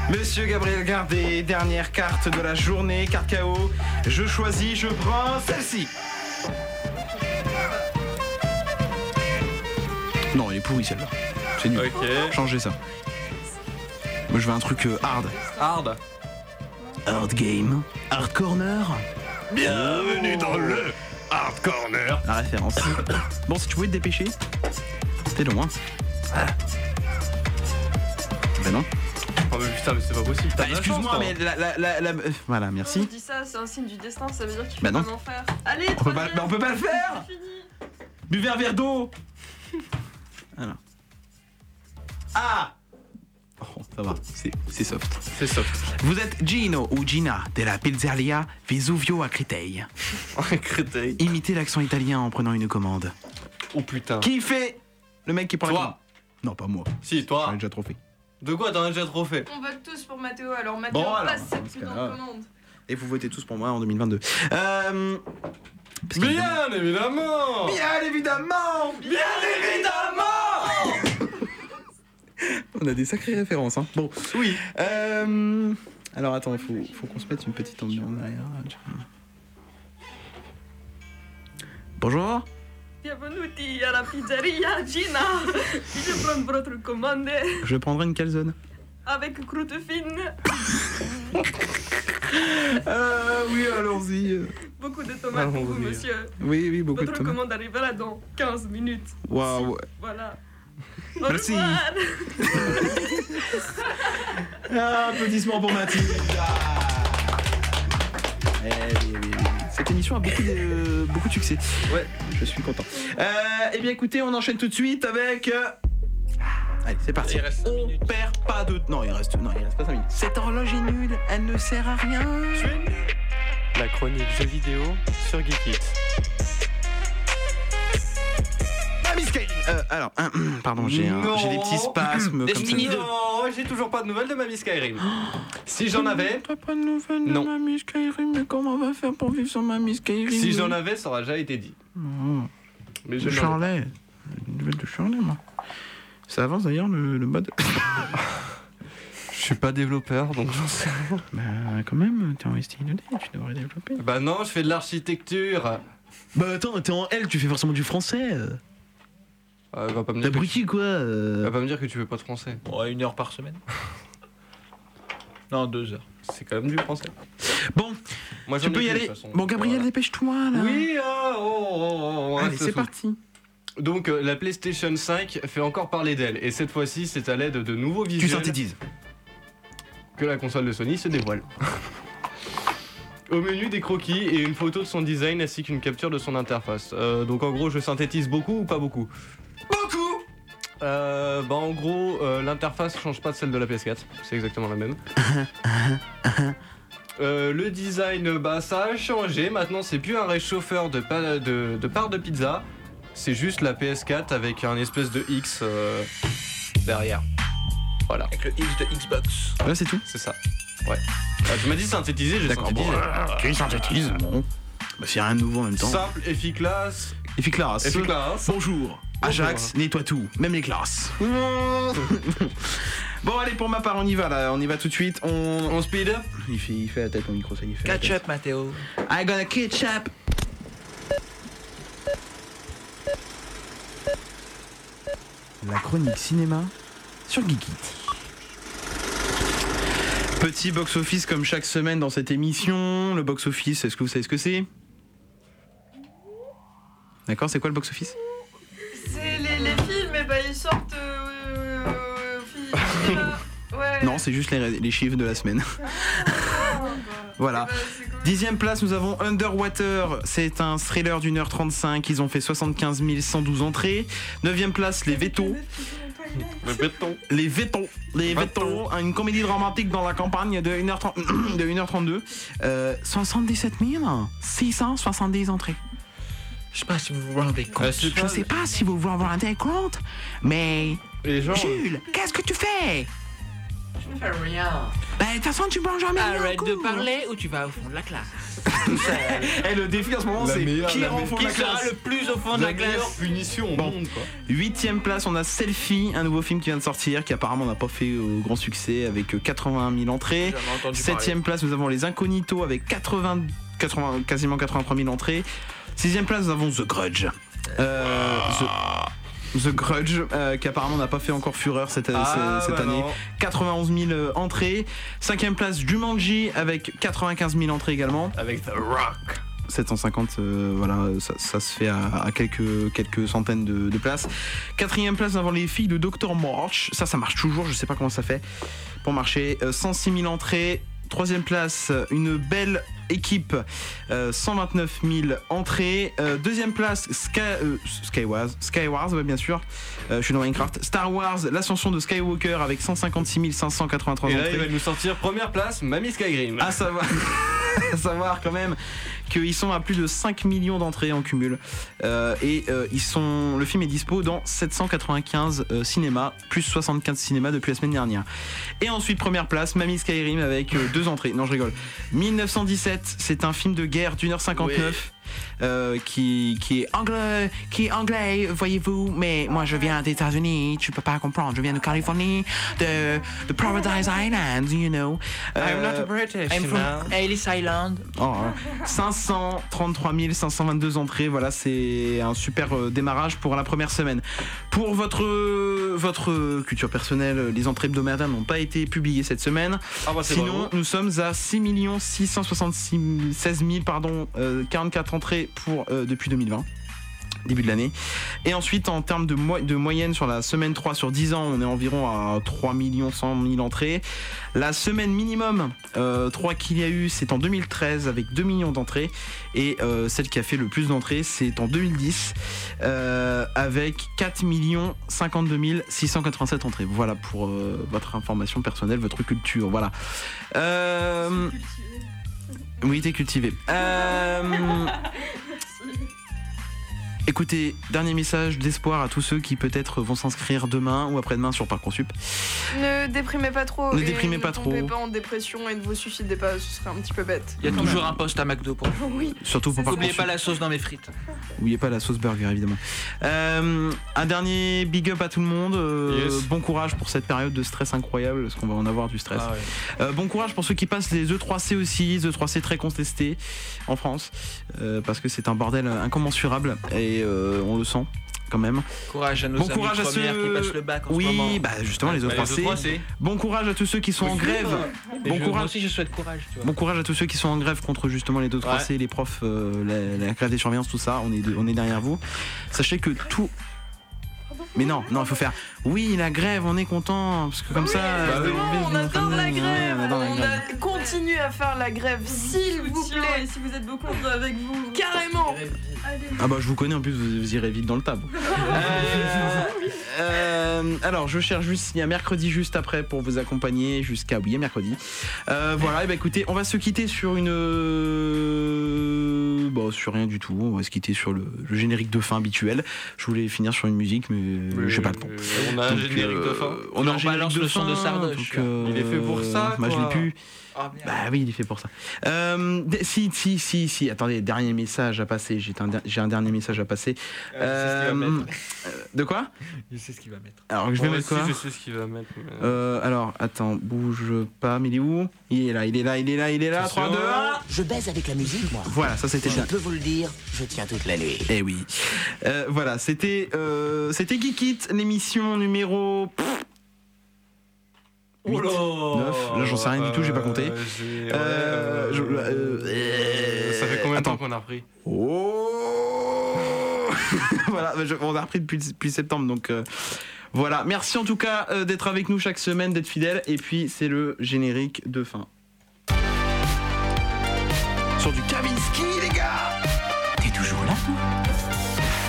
Monsieur Gabriel Gardé, dernière carte de la journée, carte KO. Je choisis, je prends celle-ci. Non, elle est pourrie celle-là. C'est nul.
Ok.
Changez ça. Moi, je veux un truc euh, hard.
Hard.
Hard game. Hard corner.
Bienvenue dans le Hard Corner.
La référence. bon, si tu pouvais te dépêcher, hein. t'es loin. Ah. Ben non.
Oh mais putain mais c'est pas possible. t'as de la chance,
Bah, Excuse-moi,
toi.
mais la, la- la- la- euh, Voilà,
Quand
merci.
je dis ça, c'est un signe du destin, ça veut dire qu'il faut
Bah non.
pas en faire. Allez,
On peut pas,
troisième.
bah, on peut pas le faire
C'est fini.
Buvez un verre d'eau Alors. Ah Oh, ça va, c'est c'est soft.
C'est soft.
Vous êtes Gino ou Gina de la pizzeria Vesuvio à Créteil.
*laughs* Créteil.
Imitez l'accent italien en prenant une commande.
Oh putain.
Qui fait Le mec qui prend la
Toi.
commande. Non, pas moi.
Si
J'en
toi.
ai déjà trop fait.
De quoi t'en as déjà trop fait
On vote tous pour Mathéo, alors Mathéo
Bon, alors,
passe cette
dans ce
putain
cas-là.
de commande.
Et vous votez tous pour moi en 2022. Euh, parce que-
Bien évidemment.
Bien évidemment Bien évidemment On a des sacrées références, hein. Bon.
Oui.
Euh, alors attends, faut, faut qu'on se mette une petite ambiance derrière. Bonjour
Bienvenue à la pizzeria Gina. Je prends votre commande
Je prendrai une calzone.
avec croûte fine,
Euh, oui, allons-y.
beaucoup de tomates pour vous,
Allons-y.
monsieur.
Oui, oui, Ah, beaucoup de
Votre
tomates.
commande arrivera dans 15 minutes.
Waouh.
Voilà.
Merci.
Au revoir.
Ah, Applaudissements pour Mathilde. Eh oui, oui, oui. Cette émission a beaucoup de, beaucoup de succès. Ouais, je suis content. Euh, eh bien, écoutez, on enchaîne tout de suite avec. euh, Allez, c'est parti. on perd pas de. Non, il reste. Non, il reste pas 5 minutes. Cette horloge est nulle. Elle ne sert à rien.
La chronique jeux vidéo sur Geekit.
Ah, Miss Kay. Euh, alors, *clears throat* hein, hum, pardon, j'ai un-
Non.
j'ai des petits spasmes comme ça.
Non, j'ai toujours pas de nouvelles de ma Miss Skyrim. Si j'en avais,
T'as pas de nouvelles
Non.
de Mamie Skyrim, mais comment on va faire pour vivre sans Mamie Skyrim
si j'en avais, ça aurait déjà été dit.
Non.
Mais je
De
n'en ai
Charlet. Une nouvelle de Charlet, moi. Ça avance d'ailleurs le, le mode.
pas. Je suis pas développeur, donc j'en sais.
bah, quand même, t'es en STI2D, tu devrais développer.
Bah non, je fais de l'architecture.
Bah, attends, t'es en L, tu fais forcément du français. euh.
Euh, va pas me
T'as
dire. Que tu...
bruti quoi euh.
va pas me dire que tu veux pas de français.
Ouais, Oh, une heure par semaine. non, deux heures.
C'est quand même du français.
Bon,
Moi,
tu
j'en ai
peux y
plus, de
aller.
toute façon.
Bon, Gabriel,
Voilà.
dépêche-toi là.
Oui, ah, oh, oh, oh, oh,
Allez,
ça
c'est
se-
parti.
Donc euh, la PlayStation 5 fait encore parler d'elle, et cette fois-ci c'est à l'aide de nouveaux
Tu
visuels
synthétises.
que la console de Sony se dévoile. Au menu des croquis et une photo de son design ainsi qu'une capture de son interface. Euh, donc en gros je synthétise beaucoup ou pas beaucoup Beaucoup euh, bah en gros euh, l'interface change pas de celle de la PS4, c'est exactement
*laughs*
la même. Euh, le design, bah ça a changé. Maintenant, c'est plus un réchauffeur de, pa- de, de part de pizza. C'est juste la PS4 avec un espèce de X euh, derrière. Voilà,
Avec le X de Xbox.
Là, c'est tout.
c'est ça. Ouais. Ah, tu m'as dit synthétiser, j'ai
D'accord,
synthétisé.
bon. Tu synthétises Bon. Bah, s'il y a rien de nouveau en même temps.
Simple, efficace,
Efficace.
efficace.
Bonjour. Ajax, nettoie tout, même les *laughs* classes. bon, allez, pour ma part, on y va là, on y va tout de suite. On,
On speed up
Il fait, il fait la tête mon micro, ça y est, il fait la
Catch
tête.
up, Mathéo.
I gonna catch up. La chronique cinéma sur Geekit. Petit box-office comme chaque semaine dans cette émission. Le box-office, est-ce que vous savez ce que c'est D'accord, c'est quoi le box-office
C'est les, les films, et bah ils sortent. euh, au fil- Ouais.
*laughs* Non, c'est juste les, les chiffres de la semaine. *laughs* Voilà. Dixième place, nous avons Underwater. C'est un thriller d'une heure 35. Ils ont fait 75 112 entrées. Neuvième place, Les Vétos.
Les Vétos.
Les Vétos. Les Vétos. Une comédie dramatique dans la campagne de 1h30 *clears throat* de 1h32. Euh, 77 670 entrées. Je sais pas si vous vous rendez
compte. c'est
Je
pas-
sais pas si vous vous rendez compte, mais.
Les gens-
Jules, qu'est-ce que tu fais
Je ne fais rien.
Bah, de toute façon, tu manges jamais rien au
Arrête de
cours.
parler ou tu vas au fond de la
*laughs*
classe.
Et Eh, le défi en ce moment,
La
c'est
meilleure-
qui
la
rend
meilleure-
fond de
qui
la
sera
classe
le plus au fond de la classe punition au monde, quoi.
Huitième place, on a Selfie, un nouveau film qui vient de sortir, qui apparemment n'a pas fait euh, grand succès avec euh, 81 000 entrées.
J'en ai entendu
Septième place, nous avons Les Incognitos avec 80, 80 quasiment 83 000 entrées. Sixième place, nous avons The Grudge. Euh, The, The Grudge, euh, qui apparemment n'a pas fait encore fureur cette,
Ah,
cette
bah
année.
non.
91 000 euh, entrées. Cinquième place, Jumanji avec 95 000 entrées également.
Avec The Rock.
750, euh, voilà, ça, ça se fait à, à quelques, quelques centaines de, de places. Quatrième place avant les filles de Dr Morch. Ça, ça marche toujours, je sais pas comment ça fait pour marcher. Euh, 106 000 entrées. Troisième place, euh, une belle équipe, euh, 129 000 entrées. Euh, deuxième place, Sky, euh, Skywars, Skywars, ouais, bien sûr. Euh, je suis dans Minecraft. Star Wars, l'ascension de Skywalker avec 156 583
Et là,
entrées.
il va nous sortir première place, Mamie Skyrim.
À savoir, *laughs* à savoir quand même qu'ils sont à plus de 5 millions d'entrées en cumul. Euh, et euh, ils sont, le film est dispo dans 795 euh, cinémas, plus 75 cinémas depuis la semaine dernière. Et ensuite, première place, Mamie Skyrim avec euh, deux entrées. Non, je rigole. 1917, c'est un film de guerre d'une heure 59. euh, qui, qui est anglais, qui est anglais, voyez-vous, mais moi je viens des États-Unis, tu peux pas comprendre, je viens de Californie, de, de Paradise Island, you know.
I'm not
Euh,
British,
eh,
I'm
you
from
know. Ellis Island.
Oh, hein. 533 522 entrées, voilà, c'est un super euh, démarrage pour la première semaine. Pour votre, euh, votre euh, culture personnelle, euh, les entrées hebdomadaires n'ont pas été publiées cette semaine.
Ah bah, c'est
Sinon,
bravo.
nous sommes à 6 666 16 000, pardon, euh, 44 entrées pour, euh, depuis 2020 début de l'année. Et ensuite, en termes de, mo- de moyenne sur la semaine 3 sur 10 ans, on est environ à 3 100 000 entrées. La semaine minimum euh, 3 qu'il y a eu, c'est en 2013 avec 2 millions d'entrées. Et euh, celle qui a fait le plus d'entrées, c'est en 2010 euh, avec 4 52 687 entrées. Voilà pour euh, votre information personnelle, votre culture. Voilà. Euh, oui, t'es cultivé. Euh, Écoutez, dernier message d'espoir à tous ceux qui peut-être vont s'inscrire demain ou après-demain sur Parcoursup.
Ne déprimez pas trop.
Ne
et
déprimez pas
Ne
trop.
tombez pas en dépression et ne vous suicidez pas, ce serait un petit peu bête.
Il y a toujours un poste à McDo pour vous.
Oui.
Surtout pour
N'oubliez
Parcoursup.
pas la sauce dans mes frites.
N'oubliez pas la sauce burger évidemment. Euh, un dernier big up à tout le monde. Euh,
Yes.
Bon courage pour cette période de stress incroyable parce qu'on va en avoir du stress.
Ah ouais.
Euh, bon courage pour ceux qui passent les E3C aussi. E3C très contesté en France euh, parce que c'est un bordel incommensurable et euh, on le sent quand même.
Courage à nos
Bon
amis
courage à
premières
ceux-
qui passent le bac en
oui,
ce moment.
bah justement les
Bah,
autres
les O3C.
Bon courage à tous ceux qui sont en
Oui,
grève.
bah, mais
Bon
je- Moi
courage.
aussi, je souhaite courage. Tu vois.
Bon courage à tous ceux qui sont en grève contre justement les 2 3 c
Ouais.
les profs, euh, la, la grève des surveillances, tout ça. On est, de- on est derrière vous. Sachez que tout. Mais non, non, il faut faire. Oui, la grève, on est content parce que
Ah
comme ça. euh,
bah on adore la grève.
on adore la
On
grève.
a- continuez à faire la grève, s'il vous plaît. Si vous êtes beaucoup avec vous. Carrément.
Ah bah je vous connais en plus, vous, vous irez vite dans le tas. vous. Euh, euh, alors je cherche juste il y a mercredi juste après pour vous accompagner jusqu'à oui et mercredi. Euh, voilà et bah écoutez on va se quitter sur une euh, bon sur rien du tout on va se quitter sur le, le générique de fin habituel. Je voulais finir sur une musique mais, euh, j'ai pas le temps.
On a un
Donc,
générique de
euh,
fin.
On a un générique
balance
de
le
fin,
son de Sardoche.
donc, euh,
Il est fait pour ça.
Moi je
quoi. Ah,
l'ai plus. Bah oui, il est fait pour ça. Euh, d- si, si, si, si. Attendez, dernier message à passer. J'ai un, der- j'ai un dernier message à passer.
Ah, je sais ce qu'il va
Euh,
mettre.
euh, de quoi
Je sais ce qu'il va mettre.
Alors, je vais
Ouais,
mettre
si,
quoi
Je sais ce qu'il va mettre. mais-
Euh, Alors, attends, bouge pas. Mais il est où Il est là, il est là, il est là, il est là. 3, 2, 1.
Je baise avec la musique, moi.
Voilà, ça c'était
Je
bien.
peux vous le dire, je tiens toute la nuit.
Eh oui. Euh, voilà, c'était euh, c'était Geek It, l'émission numéro. pff,
Oh là
neuf. Là, j'en sais rien du tout, j'ai pas compté.
Euh, j'ai-
Euh,
ouais,
je-
euh,
euh,
Ça fait combien de
attends.
temps qu'on a repris
Oh *laughs* Voilà, je- on a repris depuis, depuis septembre, donc euh, voilà. Merci en tout cas euh, d'être avec nous chaque semaine, d'être fidèle. Et puis c'est le générique de fin.
sur du Kavinsky, les gars T'es toujours là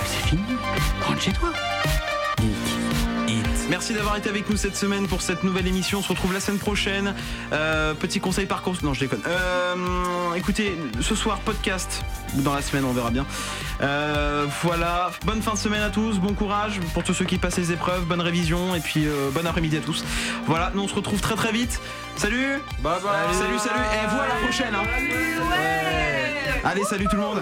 C'est fini. Rentre chez toi. Merci d'avoir été avec nous cette semaine pour cette nouvelle émission. On se retrouve la semaine prochaine. Euh, petit conseil par contre. Non, je déconne. Euh, écoutez, ce soir, podcast. Dans la semaine, on verra bien. Euh, voilà. Bonne fin de semaine à tous. Bon courage pour tous ceux qui passent les épreuves. Bonne révision. Et puis, euh, bon après-midi à tous. Voilà. Nous, on se retrouve très très vite. Salut. Bye bye. Salut, salut. Et voix à la prochaine. hein. Allez, salut tout le monde.